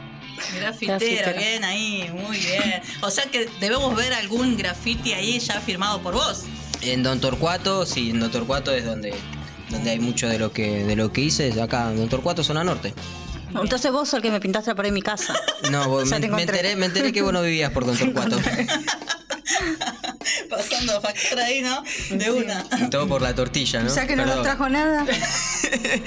Speaker 2: Grafitero,
Speaker 3: Grafitero.
Speaker 2: bien ahí, muy bien. O sea que debemos ver algún graffiti ahí ya firmado por vos. *laughs*
Speaker 9: En Don Torcuato, sí, en Don Torcuato es donde, donde hay mucho de lo que de lo que hice acá en Don Torcuato, zona norte.
Speaker 3: Entonces vos sos el que me pintaste la pared de mi casa. *laughs*
Speaker 9: No, vos-
Speaker 3: Ya
Speaker 9: me,
Speaker 3: te
Speaker 9: me
Speaker 3: encontré.
Speaker 9: enteré, me enteré que vos no vivías
Speaker 3: *laughs*
Speaker 9: por Don Torcuato.
Speaker 2: Pasando factura ahí, ¿no? De una.
Speaker 9: Todo por la tortilla, ¿no?
Speaker 3: O sea que no
Speaker 9: Perdón.
Speaker 3: nos trajo nada.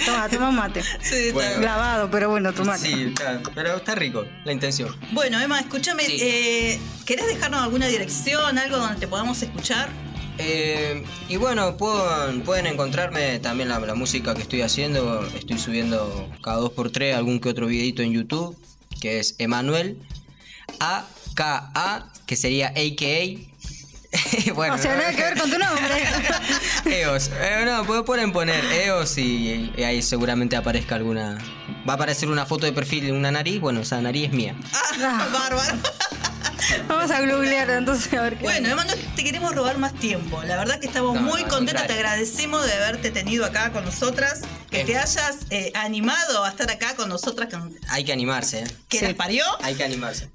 Speaker 3: Toma, toma un mate.
Speaker 2: Sí, está
Speaker 9: Bueno.
Speaker 3: Lavado, pero bueno, toma.
Speaker 9: Sí, está- pero está rico la intención.
Speaker 2: Bueno, Emma, escúchame,
Speaker 9: Sí.
Speaker 2: eh, ¿querés dejarnos alguna dirección, algo donde te podamos escuchar?
Speaker 9: Eh, y bueno, pueden, pueden encontrarme también la, la música que estoy haciendo. Estoy subiendo cada dos por tres algún que otro videito en YouTube, que es Emanuel AKA, que sería AKA. *laughs* bueno,
Speaker 3: o sea,
Speaker 9: no,
Speaker 3: nada que ver con tu nombre.
Speaker 9: EOS. Eh, no, pu- pueden poner EOS y, y ahí seguramente aparezca alguna. Va a aparecer una foto de perfil de una nariz. Bueno, esa nariz es mía.
Speaker 3: Ah.
Speaker 2: *laughs* Bárbaro.
Speaker 3: Vamos a googlear entonces a ver qué.
Speaker 2: Bueno, Emma, no te queremos robar más tiempo. La verdad que estamos
Speaker 9: No,
Speaker 2: muy
Speaker 9: al
Speaker 2: contentas, te
Speaker 9: contrario.
Speaker 2: agradecemos de haberte tenido acá con nosotras, que
Speaker 9: Eh.
Speaker 2: te hayas eh, animado a estar acá con nosotras, que,
Speaker 9: Hay que animarse, ¿eh?
Speaker 2: que
Speaker 3: Sí.
Speaker 2: las parió.
Speaker 9: Hay que animarse.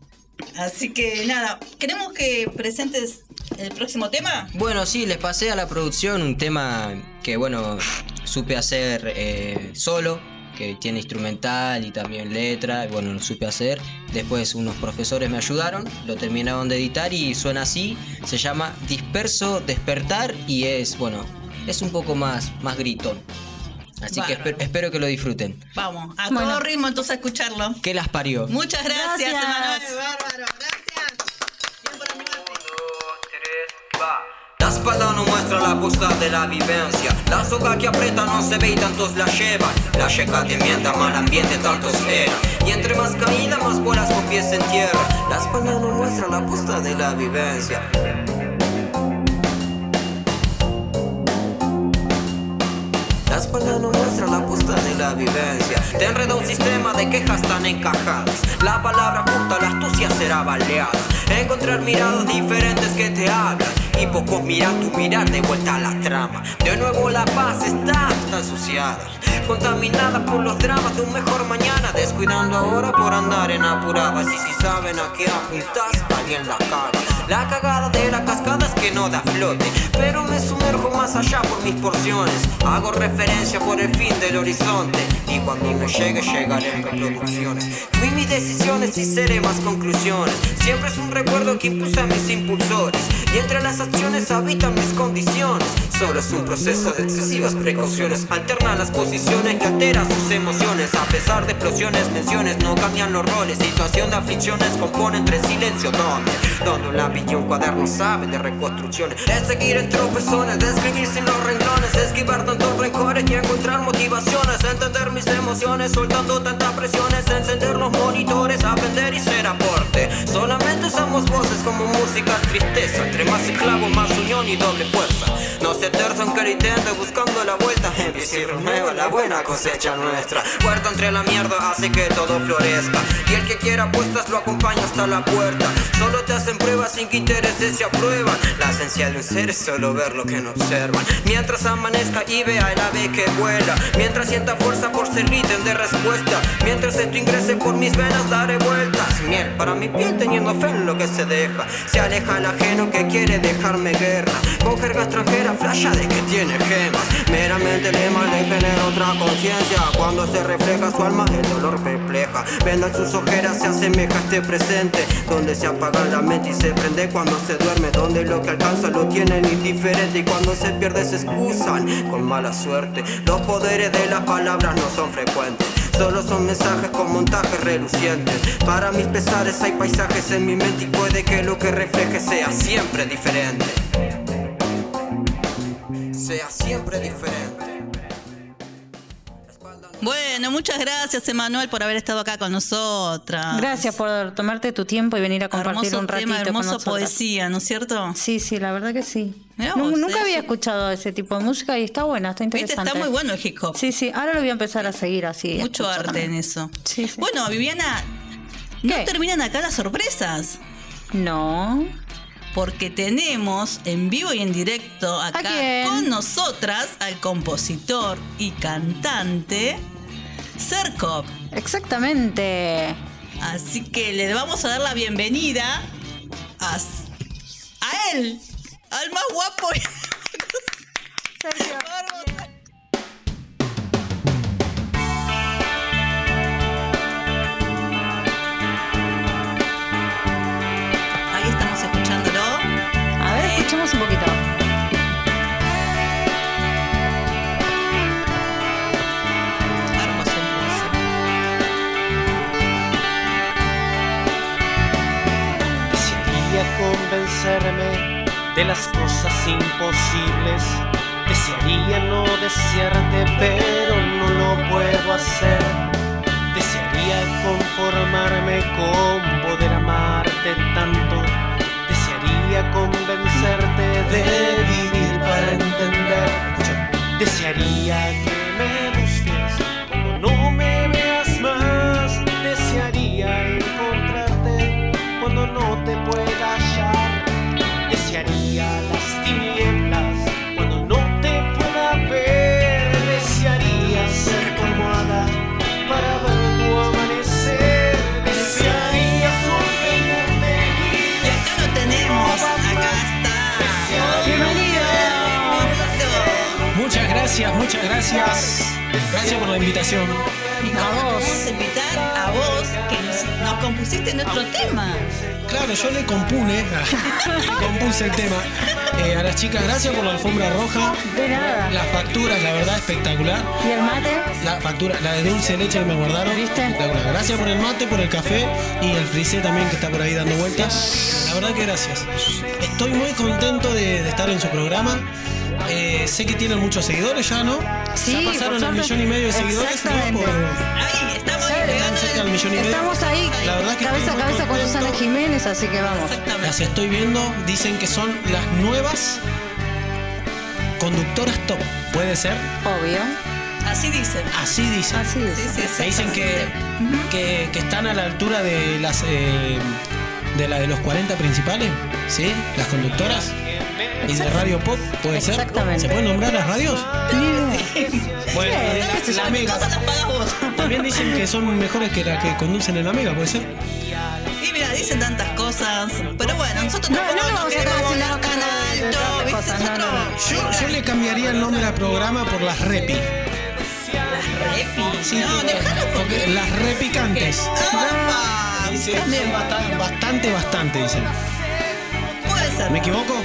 Speaker 2: Así que nada, queremos que presentes el próximo tema.
Speaker 9: Bueno, sí, les pasé a la producción un tema que, bueno, supe hacer eh, solo, que tiene instrumental y también letra, y bueno, lo supe hacer. Después unos profesores me ayudaron, lo terminaron de editar y suena así, se llama Disperso Despertar y es, bueno, es un poco más, más gritón. Así que
Speaker 2: Bárbaro.
Speaker 9: espe- espero que lo disfruten.
Speaker 2: Vamos, a
Speaker 3: Bueno.
Speaker 2: todo ritmo entonces a escucharlo.
Speaker 9: ¿Qué las parió?
Speaker 2: Muchas gracias,
Speaker 3: Gracias.
Speaker 2: Emanuel. Bárbaro, gracias. Bien por animarte.
Speaker 8: La espada no muestra la posta de la vivencia. La soga que aprieta no se ve y tantos la llevan. La checa de mierda, mal ambiente, tantos eran. Y entre más caída, más bolas con pies en tierra. La espada no muestra la posta de la vivencia. La espalda no muestra la posta de la vivencia. Te enreda un sistema de quejas tan encajadas. La palabra justa, la astucia será baleada. Encontrar miradas diferentes que te hablan. Y poco mira tu mirar de vuelta a la trama. De nuevo la paz está tan asociada. Contaminada por los dramas de un mejor mañana. Descuidando ahora por andar en apuradas. Y si saben a qué apuntas, alguien la caga. La cagada de la cascada es que no da flote. Pero me sumerjo más allá por mis porciones. Hago referencia por el fin del horizonte. Y cuando me llegue, llegaré en reproducciones. Fui mis decisiones y seré más conclusiones. Siempre es un recuerdo que impulsa mis impulsores. Y entre las acciones habitan mis condiciones. Solo es un proceso de excesivas precauciones. Alterna las posiciones que altera sus emociones. A pesar de explosiones, tensiones, no cambian los roles. Situación de aflicciones compone entre silencio, donde, donde un lápiz y un cuaderno saben de reconstrucciones. Es seguir en tropezones, de escribir sin los renglones, esquivar tantos rencores y encontrar motivaciones. Entender mis emociones, soltando tantas presiones. Encender los monitores, aprender y ser aporte. Solamente usamos voces como música, tristeza. Entre más esclavo, más unión y doble fuerza. No se tersan que lo intente buscando la vuelta. Empieza y renueva la buena cosecha nuestra. Puerta entre la mierda hace que todo florezca. Y el que quiera apuestas lo acompaña hasta la puerta. Solo te hacen pruebas sin que intereses se aprueban. La esencia de un ser es solo ver lo que no observan. Mientras amanezca y vea el ave que vuela. Mientras sienta fuerza por ser ítem de respuesta. Mientras esto ingrese por mis venas daré vueltas. Miel para mi piel teniendo fe en lo que se deja. Se aleja el ajeno que quiere dejarme guerra. Con jerga extranjera, flasha de que tiene gemas. Meramente lema de genera otra conciencia. Cuando se refleja su alma, el dolor perpleja. Vendan sus ojeras, se asemeja a este presente. Donde se apaga la mente y se prende cuando se duerme. Donde lo que alcanza lo tienen indiferente. Y cuando se pierde, se excusan con mala suerte. Los poderes de las palabras no son frecuentes. Solo son mensajes con montajes relucientes. Para mis pesares hay paisajes en mi mente y puede que lo que refleje sea siempre diferente. Sea siempre diferente. La espalda no-
Speaker 2: Bueno, muchas gracias, Emanuel, por haber estado acá con nosotras.
Speaker 3: Gracias por tomarte tu tiempo y venir a compartir
Speaker 2: hermoso
Speaker 3: un ratito
Speaker 2: tema, hermosa
Speaker 3: con nosotras.
Speaker 2: poesía, ¿no es cierto?
Speaker 3: Sí, sí, la verdad que sí.
Speaker 2: Mirá
Speaker 3: Nu-
Speaker 2: vos,
Speaker 3: nunca
Speaker 2: eh,
Speaker 3: había
Speaker 2: sí.
Speaker 3: escuchado ese tipo de música y está buena, está
Speaker 2: Viste,
Speaker 3: interesante.
Speaker 2: está muy bueno el hip hop.
Speaker 3: Sí, sí, ahora lo voy a empezar a seguir así.
Speaker 2: Mucho
Speaker 3: escucho
Speaker 2: arte
Speaker 3: también.
Speaker 2: en eso.
Speaker 3: Sí, sí.
Speaker 2: Bueno, Viviana, no
Speaker 3: ¿Qué?
Speaker 2: terminan acá las sorpresas.
Speaker 3: No.
Speaker 2: Porque tenemos en vivo y en directo acá
Speaker 3: quién?
Speaker 2: con nosotras al compositor y cantante Serkop.
Speaker 3: Exactamente.
Speaker 2: Así que le vamos a dar la bienvenida a, a él, al más guapo. *laughs*
Speaker 3: Sergio.
Speaker 2: Ahí estamos escuchándolo.
Speaker 3: A ver, escuchemos un poquito.
Speaker 2: Hermoso, hermoso.
Speaker 1: Desearía convencerme de las cosas imposibles. Desearía no desearte, pero no lo puedo hacer. Desearía conformarme con poder amarte tanto. Desearía convencerte de vivir para entender. Desearía que me busques cuando no me veas más. Desearía encontrarte cuando no te pueda hallar. Desearía las tinieblas cuando no te pueda ver. Desearía ser tu almohada para ver tu amanecer. Desearía sonreírte y
Speaker 2: Y acá lo tenemos, acá está. Bienvenido.
Speaker 10: Muchas gracias, muchas gracias. Gracias por la invitación.
Speaker 2: Y cómo te vamos a invitar a vos que nos, nos compusiste nuestro tema.
Speaker 10: Claro, yo le compune, *laughs* le compuse el tema. Eh, a las chicas, gracias por la alfombra roja.
Speaker 3: De nada.
Speaker 10: Las facturas, la verdad, espectacular.
Speaker 3: ¿Y el mate?
Speaker 10: La factura, la de dulce de leche que me guardaron.
Speaker 3: ¿Viste?
Speaker 10: Espectacular. Gracias por el mate, por el café y el frisé también que está por ahí dando vueltas. La verdad que gracias. Estoy muy contento de, de estar en su programa. Eh, sé que tienen muchos seguidores ya, ¿no?
Speaker 3: Sí,
Speaker 10: ya
Speaker 3: por
Speaker 10: pasaron el
Speaker 3: suerte.
Speaker 10: millón y medio de seguidores, ¿no?
Speaker 3: Exactamente.
Speaker 10: Por-
Speaker 2: Ahí estamos
Speaker 3: Ya
Speaker 10: están
Speaker 2: llegando.
Speaker 10: cerca del millón y medio.
Speaker 3: Estamos ahí,
Speaker 10: La verdad que
Speaker 3: cabeza a
Speaker 10: estoy muy
Speaker 3: cabeza con
Speaker 10: contento.
Speaker 3: Susana Jiménez, así que vamos.
Speaker 10: Las
Speaker 2: Exactamente.
Speaker 10: estoy viendo, dicen que son las nuevas conductoras top. ¿Puede ser?
Speaker 3: Obvio.
Speaker 2: Así dicen.
Speaker 10: Así dicen.
Speaker 3: Así es.
Speaker 2: Sí, sí,
Speaker 10: Me dicen que, que, que están a la altura de las eh, de la de los 40 principales, ¿sí? Las conductoras y de Radio Pop, ¿puede ser?
Speaker 3: Exactamente.
Speaker 10: ¿Se pueden nombrar las radios? Bueno,
Speaker 3: Sí,
Speaker 10: y la-
Speaker 3: qué sé
Speaker 10: la
Speaker 3: yo,
Speaker 10: Mega.
Speaker 2: Cosas las pagas vos.
Speaker 10: También dicen que son mejores que las que conducen en la Mega, ¿puede ser?
Speaker 2: *laughs* Y mira, dicen tantas cosas. Pero bueno, nosotros
Speaker 3: No,
Speaker 2: tampoco
Speaker 3: no lo
Speaker 2: nos
Speaker 3: vamos a
Speaker 2: queremos
Speaker 3: estar
Speaker 2: volar
Speaker 3: haciendo
Speaker 2: tan
Speaker 3: cosas,
Speaker 2: alto,
Speaker 3: no, no,
Speaker 2: ¿viste?
Speaker 3: cosas, no,
Speaker 2: Nosotros-
Speaker 3: no, no.
Speaker 10: Yo, yo le cambiaría el nombre al programa por las repi.
Speaker 2: Repi.
Speaker 10: Sí,
Speaker 2: no, dejalo
Speaker 10: porque las repicantes.
Speaker 2: ¡Apa!
Speaker 10: Dicen, son bastante, bastante, bastante, dicen.
Speaker 2: Puede ser.
Speaker 10: ¿Me equivoco?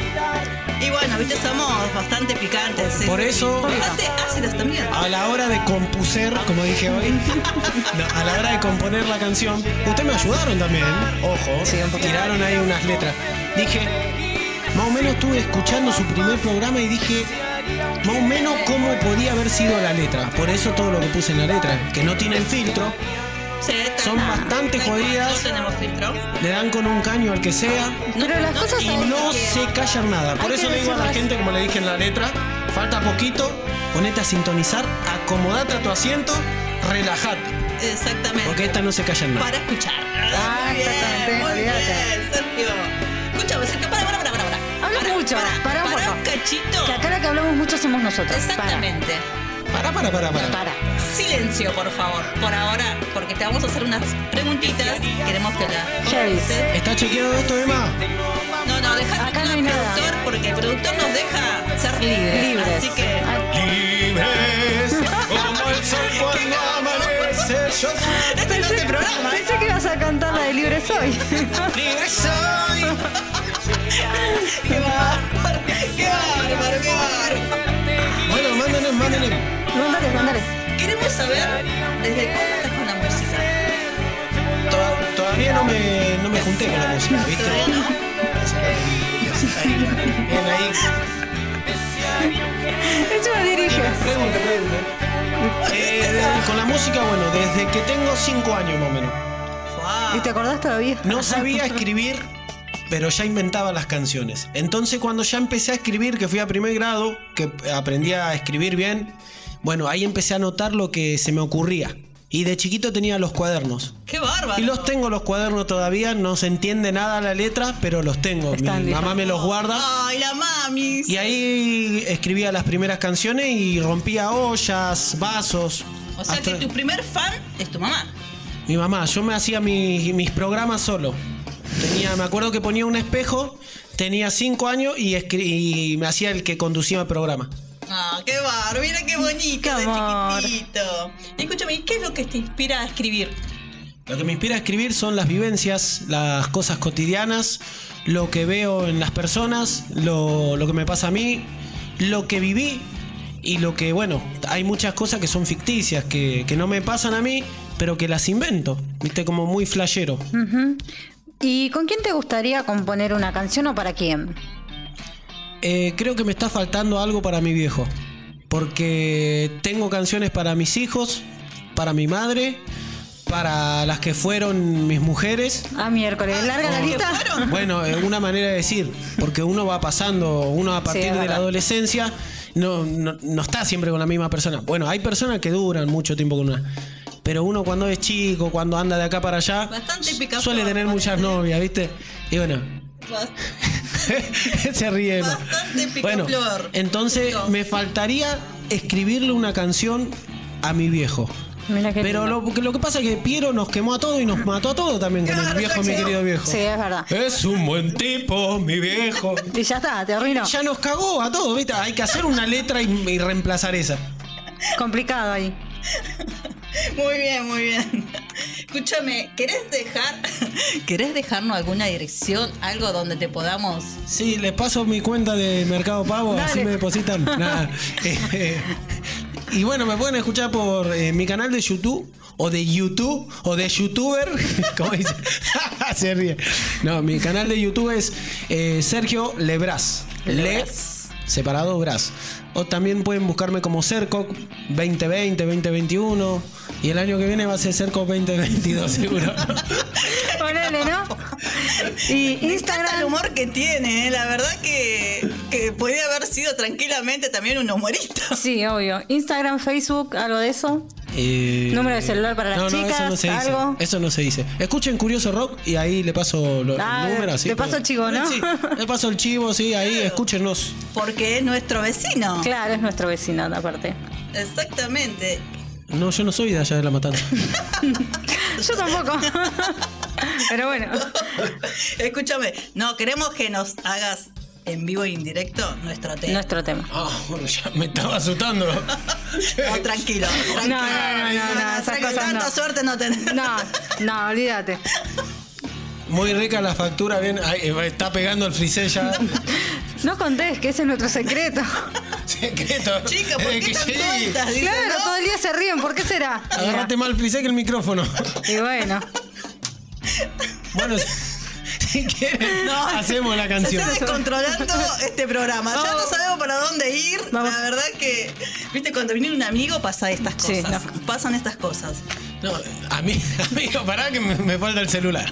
Speaker 2: Y bueno, viste, somos bastante picantes. sí,
Speaker 10: Por
Speaker 2: sí.
Speaker 10: eso-
Speaker 2: Bastante ácidos también.
Speaker 10: A la hora de compuser, como dije hoy, no, a la hora de componer la canción, ustedes me ayudaron también, ojo, tiraron ahí unas letras. Dije, más o menos estuve escuchando su primer programa y dije, más o menos cómo podía haber sido la letra. Por eso todo lo que puse en la letra, que no tienen filtro,
Speaker 2: Sí, está
Speaker 10: son
Speaker 2: nada.
Speaker 10: bastante
Speaker 2: No hay-
Speaker 10: jodidas.
Speaker 2: No tenemos filtro.
Speaker 10: le dan con un caño al que sea
Speaker 3: Pero las cosas
Speaker 10: y
Speaker 3: son-
Speaker 10: no se callan nada. Por
Speaker 3: Hay
Speaker 10: eso
Speaker 3: que
Speaker 10: le digo a la
Speaker 3: decirlas.
Speaker 10: gente, como le dije en la letra, falta poquito, ponete a sintonizar, acomodate a tu asiento, relájate.
Speaker 2: Exactamente.
Speaker 10: Porque esta no se calla en nada.
Speaker 2: Para escuchar.
Speaker 3: Ah,
Speaker 2: Muy bien,
Speaker 3: exactamente,
Speaker 2: Muy bien,
Speaker 3: olvídate.
Speaker 2: Sergio. Escuchame, Sergio. Para, para, para, para. para.
Speaker 3: Hablas
Speaker 2: Para,
Speaker 3: mucho,
Speaker 2: Para,
Speaker 3: para un
Speaker 2: para
Speaker 3: poco.
Speaker 2: un cachito.
Speaker 3: Que acá la que hablamos mucho somos nosotros.
Speaker 2: Exactamente.
Speaker 10: Pará, pará, pará, pará.
Speaker 3: Para. para.
Speaker 2: Silencio, por favor, por ahora, porque te vamos a hacer unas preguntitas. Queremos que la.
Speaker 3: Javis.
Speaker 10: ¿Está chequeado esto, Emma?
Speaker 2: No, no, dejá
Speaker 3: Acá
Speaker 2: que
Speaker 3: no
Speaker 2: no
Speaker 3: hay nada.
Speaker 2: productor, porque el productor nos deja ser libres.
Speaker 3: Libres.
Speaker 2: Así que.
Speaker 3: Ah,
Speaker 10: Libres, como el sol cuando amanece, yo soy
Speaker 2: Este no es el programa, ¿eh?
Speaker 3: Pensé que ibas a cantar la de Libre *laughs* Soy.
Speaker 10: libre soy.
Speaker 2: Qué bárbaro, qué bárbaro, qué bárbaro.
Speaker 10: Bueno, mándenos, mándenos.
Speaker 3: Mándale, mándale.
Speaker 2: Queremos saber desde cuándo estás con la música.
Speaker 10: To- todavía no me, no me junté con la música, ¿viste?
Speaker 2: ¿Todavía no?
Speaker 10: Bien ahí.
Speaker 3: Eso me dirige.
Speaker 10: Pregunta, pregunta. Eh, con la música, bueno, desde que tengo 5 años más o menos.
Speaker 2: Fuá.
Speaker 3: ¿Y te acordás todavía?
Speaker 10: No sabía escribir, pero ya inventaba las canciones. Entonces cuando ya empecé a escribir, que fui a primer grado, que aprendí a escribir bien, bueno, ahí empecé a notar lo que se me ocurría. Y de chiquito tenía los cuadernos.
Speaker 2: ¡Qué bárbaro!
Speaker 10: Y los tengo los cuadernos todavía, no se entiende nada la letra, pero los tengo.
Speaker 3: Están
Speaker 10: Mi mamá
Speaker 3: listos.
Speaker 10: me los guarda.
Speaker 2: ¡Ay, la mami!
Speaker 10: Y ahí escribía las primeras canciones y rompía ollas, vasos.
Speaker 2: O sea que
Speaker 10: Hasta-
Speaker 2: tu primer fan es tu mamá.
Speaker 10: Mi mamá, yo me hacía mi- mis programas solo. Tenía, me acuerdo que ponía un espejo, tenía cinco años y, escri- y me hacía el que conducía el programa.
Speaker 2: Ah, qué bárbaro, mira qué bonito,
Speaker 3: Qué
Speaker 2: de
Speaker 3: amor.
Speaker 2: chiquitito. Escúchame, ¿y qué es lo que te inspira a escribir?
Speaker 10: Lo que me inspira a escribir son las vivencias, las cosas cotidianas, lo que veo en las personas, lo, lo que me pasa a mí, lo que viví y lo que, bueno, hay muchas cosas que son ficticias, que, que no me pasan a mí, pero que las invento. Viste, como muy flashero.
Speaker 3: Ujú. ¿Y con quién te gustaría componer una canción o para quién?
Speaker 10: Eh, creo que me está faltando algo para mi viejo. Porque tengo canciones para mis hijos, para mi madre, para las que fueron mis mujeres.
Speaker 3: Ah, miércoles. ¿Larga la
Speaker 10: Ah,
Speaker 3: lista?
Speaker 10: Bueno, es una manera de decir, porque uno va pasando, uno a
Speaker 3: es
Speaker 10: partir de la
Speaker 3: verdad.
Speaker 10: adolescencia no, no, no está siempre con la misma persona. Bueno, hay personas que duran mucho tiempo con una. Pero uno cuando es chico, cuando anda de acá para allá,
Speaker 2: Bastante
Speaker 10: su-
Speaker 2: picaflor,
Speaker 10: suele tener muchas novias, ¿viste? Y bueno, *laughs* se ríe. Emma.
Speaker 2: Bastante picaflor.
Speaker 10: Bueno, entonces
Speaker 2: Picó.
Speaker 10: me faltaría escribirle una canción a mi viejo.
Speaker 3: Mira qué
Speaker 10: Pero
Speaker 3: lindo.
Speaker 10: lo, lo que pasa es que Piero nos quemó a todos y nos mató a todos también con el viejo, mi querido viejo.
Speaker 3: Sí, es verdad.
Speaker 10: Es un buen tipo, mi viejo.
Speaker 3: Y ya está, te arruinó.
Speaker 10: Ya nos cagó a todos, ¿viste? Hay que hacer una letra y, y reemplazar esa.
Speaker 3: Complicado ahí.
Speaker 2: Muy bien, muy bien. Escúchame, ¿querés dejar *laughs* querés dejarnos alguna dirección, algo donde te podamos
Speaker 10: Sí, les paso mi cuenta de Mercado Pago, así
Speaker 3: Dale.
Speaker 10: me depositan. Nada. Eh, eh, y bueno, me pueden escuchar por eh, mi canal de YouTube. O de YouTube, o de YouTuber, *laughs* ¿cómo dice? Se ríe. No, mi canal de YouTube es eh, Sergio Lebras. Le, separado Bras. O también pueden buscarme como Cerco 2020, 2021. Y el año que viene va a ser Cerco 2022, *laughs* seguro.
Speaker 2: *laughs*
Speaker 3: Ponele, ¿no? Y
Speaker 2: Instagram. el
Speaker 3: Instagram.
Speaker 2: humor que tiene, eh, la verdad que, que podía haber sido tranquilamente también un humorista.
Speaker 3: Sí, obvio. Instagram, Facebook, algo de eso.
Speaker 10: Eh,
Speaker 3: Número de celular para las chicas, algo.
Speaker 10: Dice. Eso no se dice. Escuchen Curioso Rock y ahí le paso lo-
Speaker 3: Ah,
Speaker 10: el número. así
Speaker 3: le paso
Speaker 10: puede-
Speaker 3: el chivo, ¿no?
Speaker 10: Sí, le paso el chivo,
Speaker 3: *laughs*
Speaker 10: sí, ahí escúchenos.
Speaker 2: *laughs* Porque es nuestro vecino.
Speaker 3: Claro, es nuestro vecino, aparte.
Speaker 2: Exactamente. *laughs*
Speaker 10: No, yo no soy de allá de
Speaker 3: *laughs*
Speaker 10: la matanza.
Speaker 3: Yo tampoco. Pero bueno.
Speaker 2: Escúchame, no, queremos que nos hagas en vivo y en directo nuestro tema.
Speaker 3: Nuestro tema.
Speaker 10: Ah, bueno, ya me estaba asustando.
Speaker 2: No, tranquilo.
Speaker 3: No,
Speaker 2: tranquilo.
Speaker 3: no, no, no, no, esas
Speaker 2: Tranquilo,
Speaker 3: cosas
Speaker 2: tanta
Speaker 3: no.
Speaker 2: suerte no tenés.
Speaker 3: No, no, olvídate.
Speaker 10: Muy rica la factura, bien. ay, eh, está pegando el frisé
Speaker 3: *laughs*
Speaker 10: ya. *laughs*
Speaker 3: No contés que ese es nuestro secreto.
Speaker 10: Secreto.
Speaker 2: Chica, ¿por
Speaker 10: Desde
Speaker 2: qué
Speaker 10: que
Speaker 2: tan
Speaker 10: llegué,
Speaker 2: tontas? Dice,
Speaker 3: Claro,
Speaker 2: ¿no?
Speaker 3: todo el día se ríen, ¿por qué será?
Speaker 10: Agarrate mal el frisé que
Speaker 3: *laughs*
Speaker 10: el micrófono.
Speaker 3: Y bueno,
Speaker 10: Bueno, si, si quieren,
Speaker 2: No.
Speaker 10: hacemos la
Speaker 2: Se
Speaker 10: canción.
Speaker 2: está
Speaker 3: *laughs*
Speaker 2: descontrolando este programa. Ya no sabemos para dónde ir.
Speaker 3: Oh. Vamos.
Speaker 2: La verdad que, viste, cuando viene un amigo pasa estas
Speaker 3: Sí,
Speaker 2: cosas. Pasan estas cosas.
Speaker 10: No, a mí, amigo, pará que me, me falta el celular.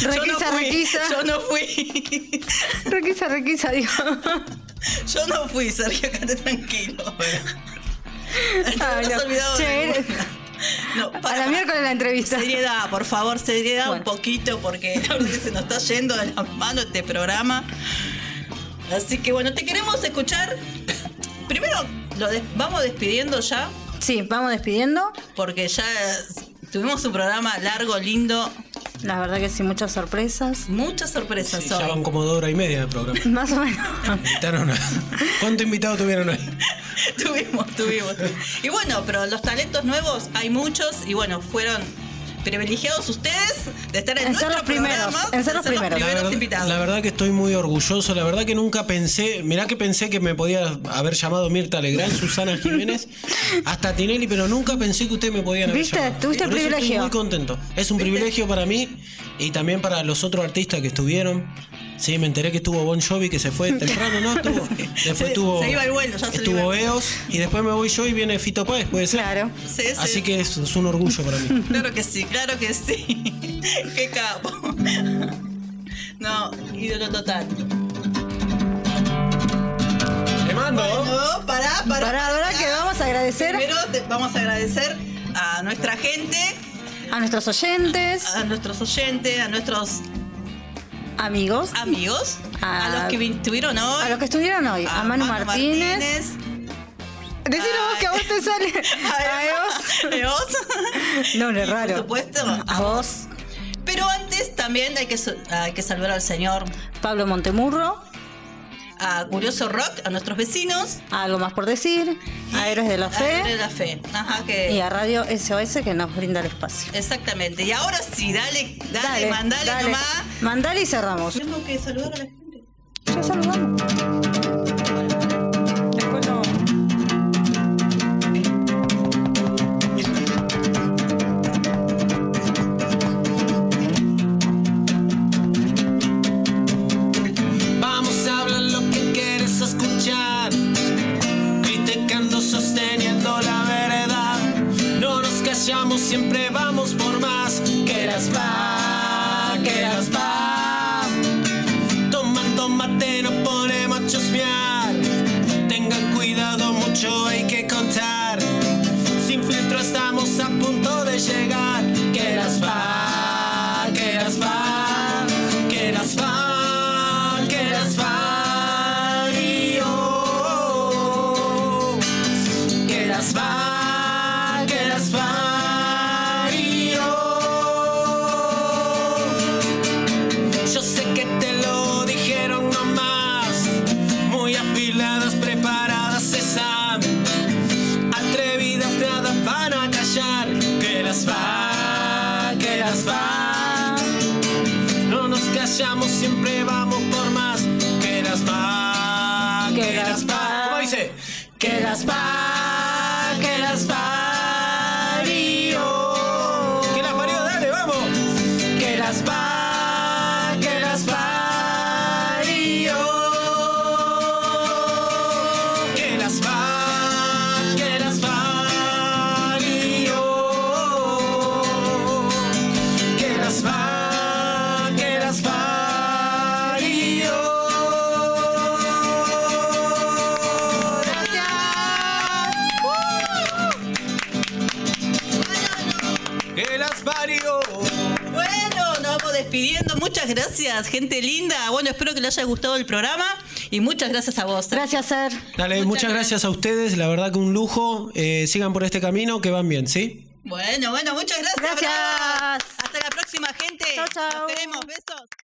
Speaker 2: yo no
Speaker 3: requisa,
Speaker 2: fui,
Speaker 3: requisa.
Speaker 2: Yo no fui. *laughs*
Speaker 3: Requisa, requisa, digo.
Speaker 2: Yo no fui, Sergio, quédate tranquilo. *laughs* Te
Speaker 3: Ay,
Speaker 2: habrás
Speaker 3: no.
Speaker 2: olvidado de
Speaker 3: Che, eres-
Speaker 2: alguna. No,
Speaker 3: A
Speaker 2: para,
Speaker 3: la miércoles la entrevista.
Speaker 2: Seriedad, por favor, seriedad un
Speaker 3: Bueno.
Speaker 2: poquito porque la verdad que se nos está yendo de las manos este programa. Así que bueno, te queremos escuchar. Primero, lo des- vamos despidiendo ya
Speaker 3: Sí, vamos despidiendo.
Speaker 2: porque ya tuvimos un programa largo, lindo,
Speaker 3: La verdad que sí, muchas sorpresas.
Speaker 2: muchas sorpresas
Speaker 10: Ya
Speaker 2: hoy.
Speaker 10: van como dos horas y media de programa.
Speaker 3: Más o menos.
Speaker 10: *laughs* Invitaron a- ¿Cuántos invitados tuvieron hoy?
Speaker 2: *laughs* tuvimos, tuvimos. Y bueno, pero los talentos nuevos hay muchos y bueno, fueron privilegiados ustedes de estar en,
Speaker 3: En ser
Speaker 2: nuestro
Speaker 3: los primeros,
Speaker 2: programa,
Speaker 3: en ser los primeros.
Speaker 10: La verdad,
Speaker 2: invitados.
Speaker 10: la verdad que estoy muy orgulloso, la verdad que nunca pensé, mirá que pensé que me podía haber llamado Mirta Legrand, Susana Jiménez, hasta Tinelli, pero nunca pensé que ustedes me podían haber
Speaker 3: ¿Viste?
Speaker 10: llamado.
Speaker 3: Tuviste el
Speaker 10: Por eso
Speaker 3: privilegio.
Speaker 10: Estoy muy contento. Es un privilegio para mí
Speaker 11: Y también para los otros artistas que estuvieron. Sí, me enteré que estuvo Bon Jovi, que se fue temprano, ¿no?
Speaker 2: *laughs*
Speaker 11: Estuvo- después
Speaker 2: Se-
Speaker 11: estuvo,
Speaker 2: se iba el vuelo, ya se le iba el
Speaker 11: estuvo
Speaker 2: vuelo.
Speaker 11: EOS y después me voy yo y viene Fito Páez, puede ser.
Speaker 3: Claro.
Speaker 2: Sí, sí.
Speaker 11: Así que es, es un orgullo para mí.
Speaker 2: Claro que sí, claro que sí. Qué capo. No, ídolo total.
Speaker 11: *laughs* Te mando.
Speaker 2: No, Oh, pará, pará.
Speaker 3: Pará, pará, que vamos a agradecer
Speaker 2: Primero te- vamos a agradecer a nuestra gente,
Speaker 3: a nuestros oyentes,
Speaker 2: a nuestros oyentes, a nuestros
Speaker 3: amigos,
Speaker 2: amigos,
Speaker 3: A-
Speaker 2: a, los que vi- estuvieron hoy.
Speaker 3: a los que estuvieron hoy, a, Manu, Martínez. Decinos vos que a vos te sale. *laughs* A EOS.
Speaker 2: a Eos.
Speaker 3: No, no
Speaker 2: Y,
Speaker 3: es raro.
Speaker 2: Por supuesto.
Speaker 3: A vos,
Speaker 2: Pero antes también hay que, su- hay que saludar al señor,
Speaker 3: Pablo Montemurro.
Speaker 2: a Curioso Rock, a nuestros vecinos.
Speaker 3: Algo más por decir. A Héroes de la
Speaker 2: A Héroes de
Speaker 3: Fe.
Speaker 2: la Fe. Ajá, que.
Speaker 3: Y a Radio SOS que nos brinda el espacio.
Speaker 2: Exactamente. Y ahora sí, dale, dale, mandale
Speaker 3: dale.
Speaker 2: nomás.
Speaker 3: Mandale y cerramos.
Speaker 2: Tenemos que saludar a la gente.
Speaker 3: Ya saludamos. Después no.
Speaker 10: Vamos a hablar lo que quieres escuchar. Criticando, sosteniendo la verdad. No nos callamos, siempre vamos por más. Que las va, que las va. Tomando mate, no ponemos a chusmear. Tengan cuidado, mucho hay que contar. Sin filtro estamos a punto de llegar. Que las va, que las va, que las va, que las va. y oh, Que las va, que las va. y oh. Yo sé que te lo dijeron nomás. Muy afiladas, preparadas, están atrevidas nada van a callar que las va que las va no nos callamos siempre vamos por más que las va que las va ¿Cómo dice que las va que las va que las parió dale vamos que las va que las va que las va, que las va, y yo. que las va, que las va, y yo. que las parió.
Speaker 2: Bueno, nos vamos despidiendo. Muchas gracias, gente linda. Bueno, espero que les haya gustado el programa. Y muchas gracias a vos.
Speaker 3: Gracias, Ser.
Speaker 11: Dale, muchas,
Speaker 2: Muchas
Speaker 11: gracias a ustedes, la verdad que un lujo. Eh, sigan por este camino, que van bien, ¿sí?
Speaker 2: Bueno, bueno, muchas gracias.
Speaker 3: Gracias.
Speaker 2: brava. Hasta la próxima, gente.
Speaker 3: Chau, chau.
Speaker 2: Nos queremos. Besos.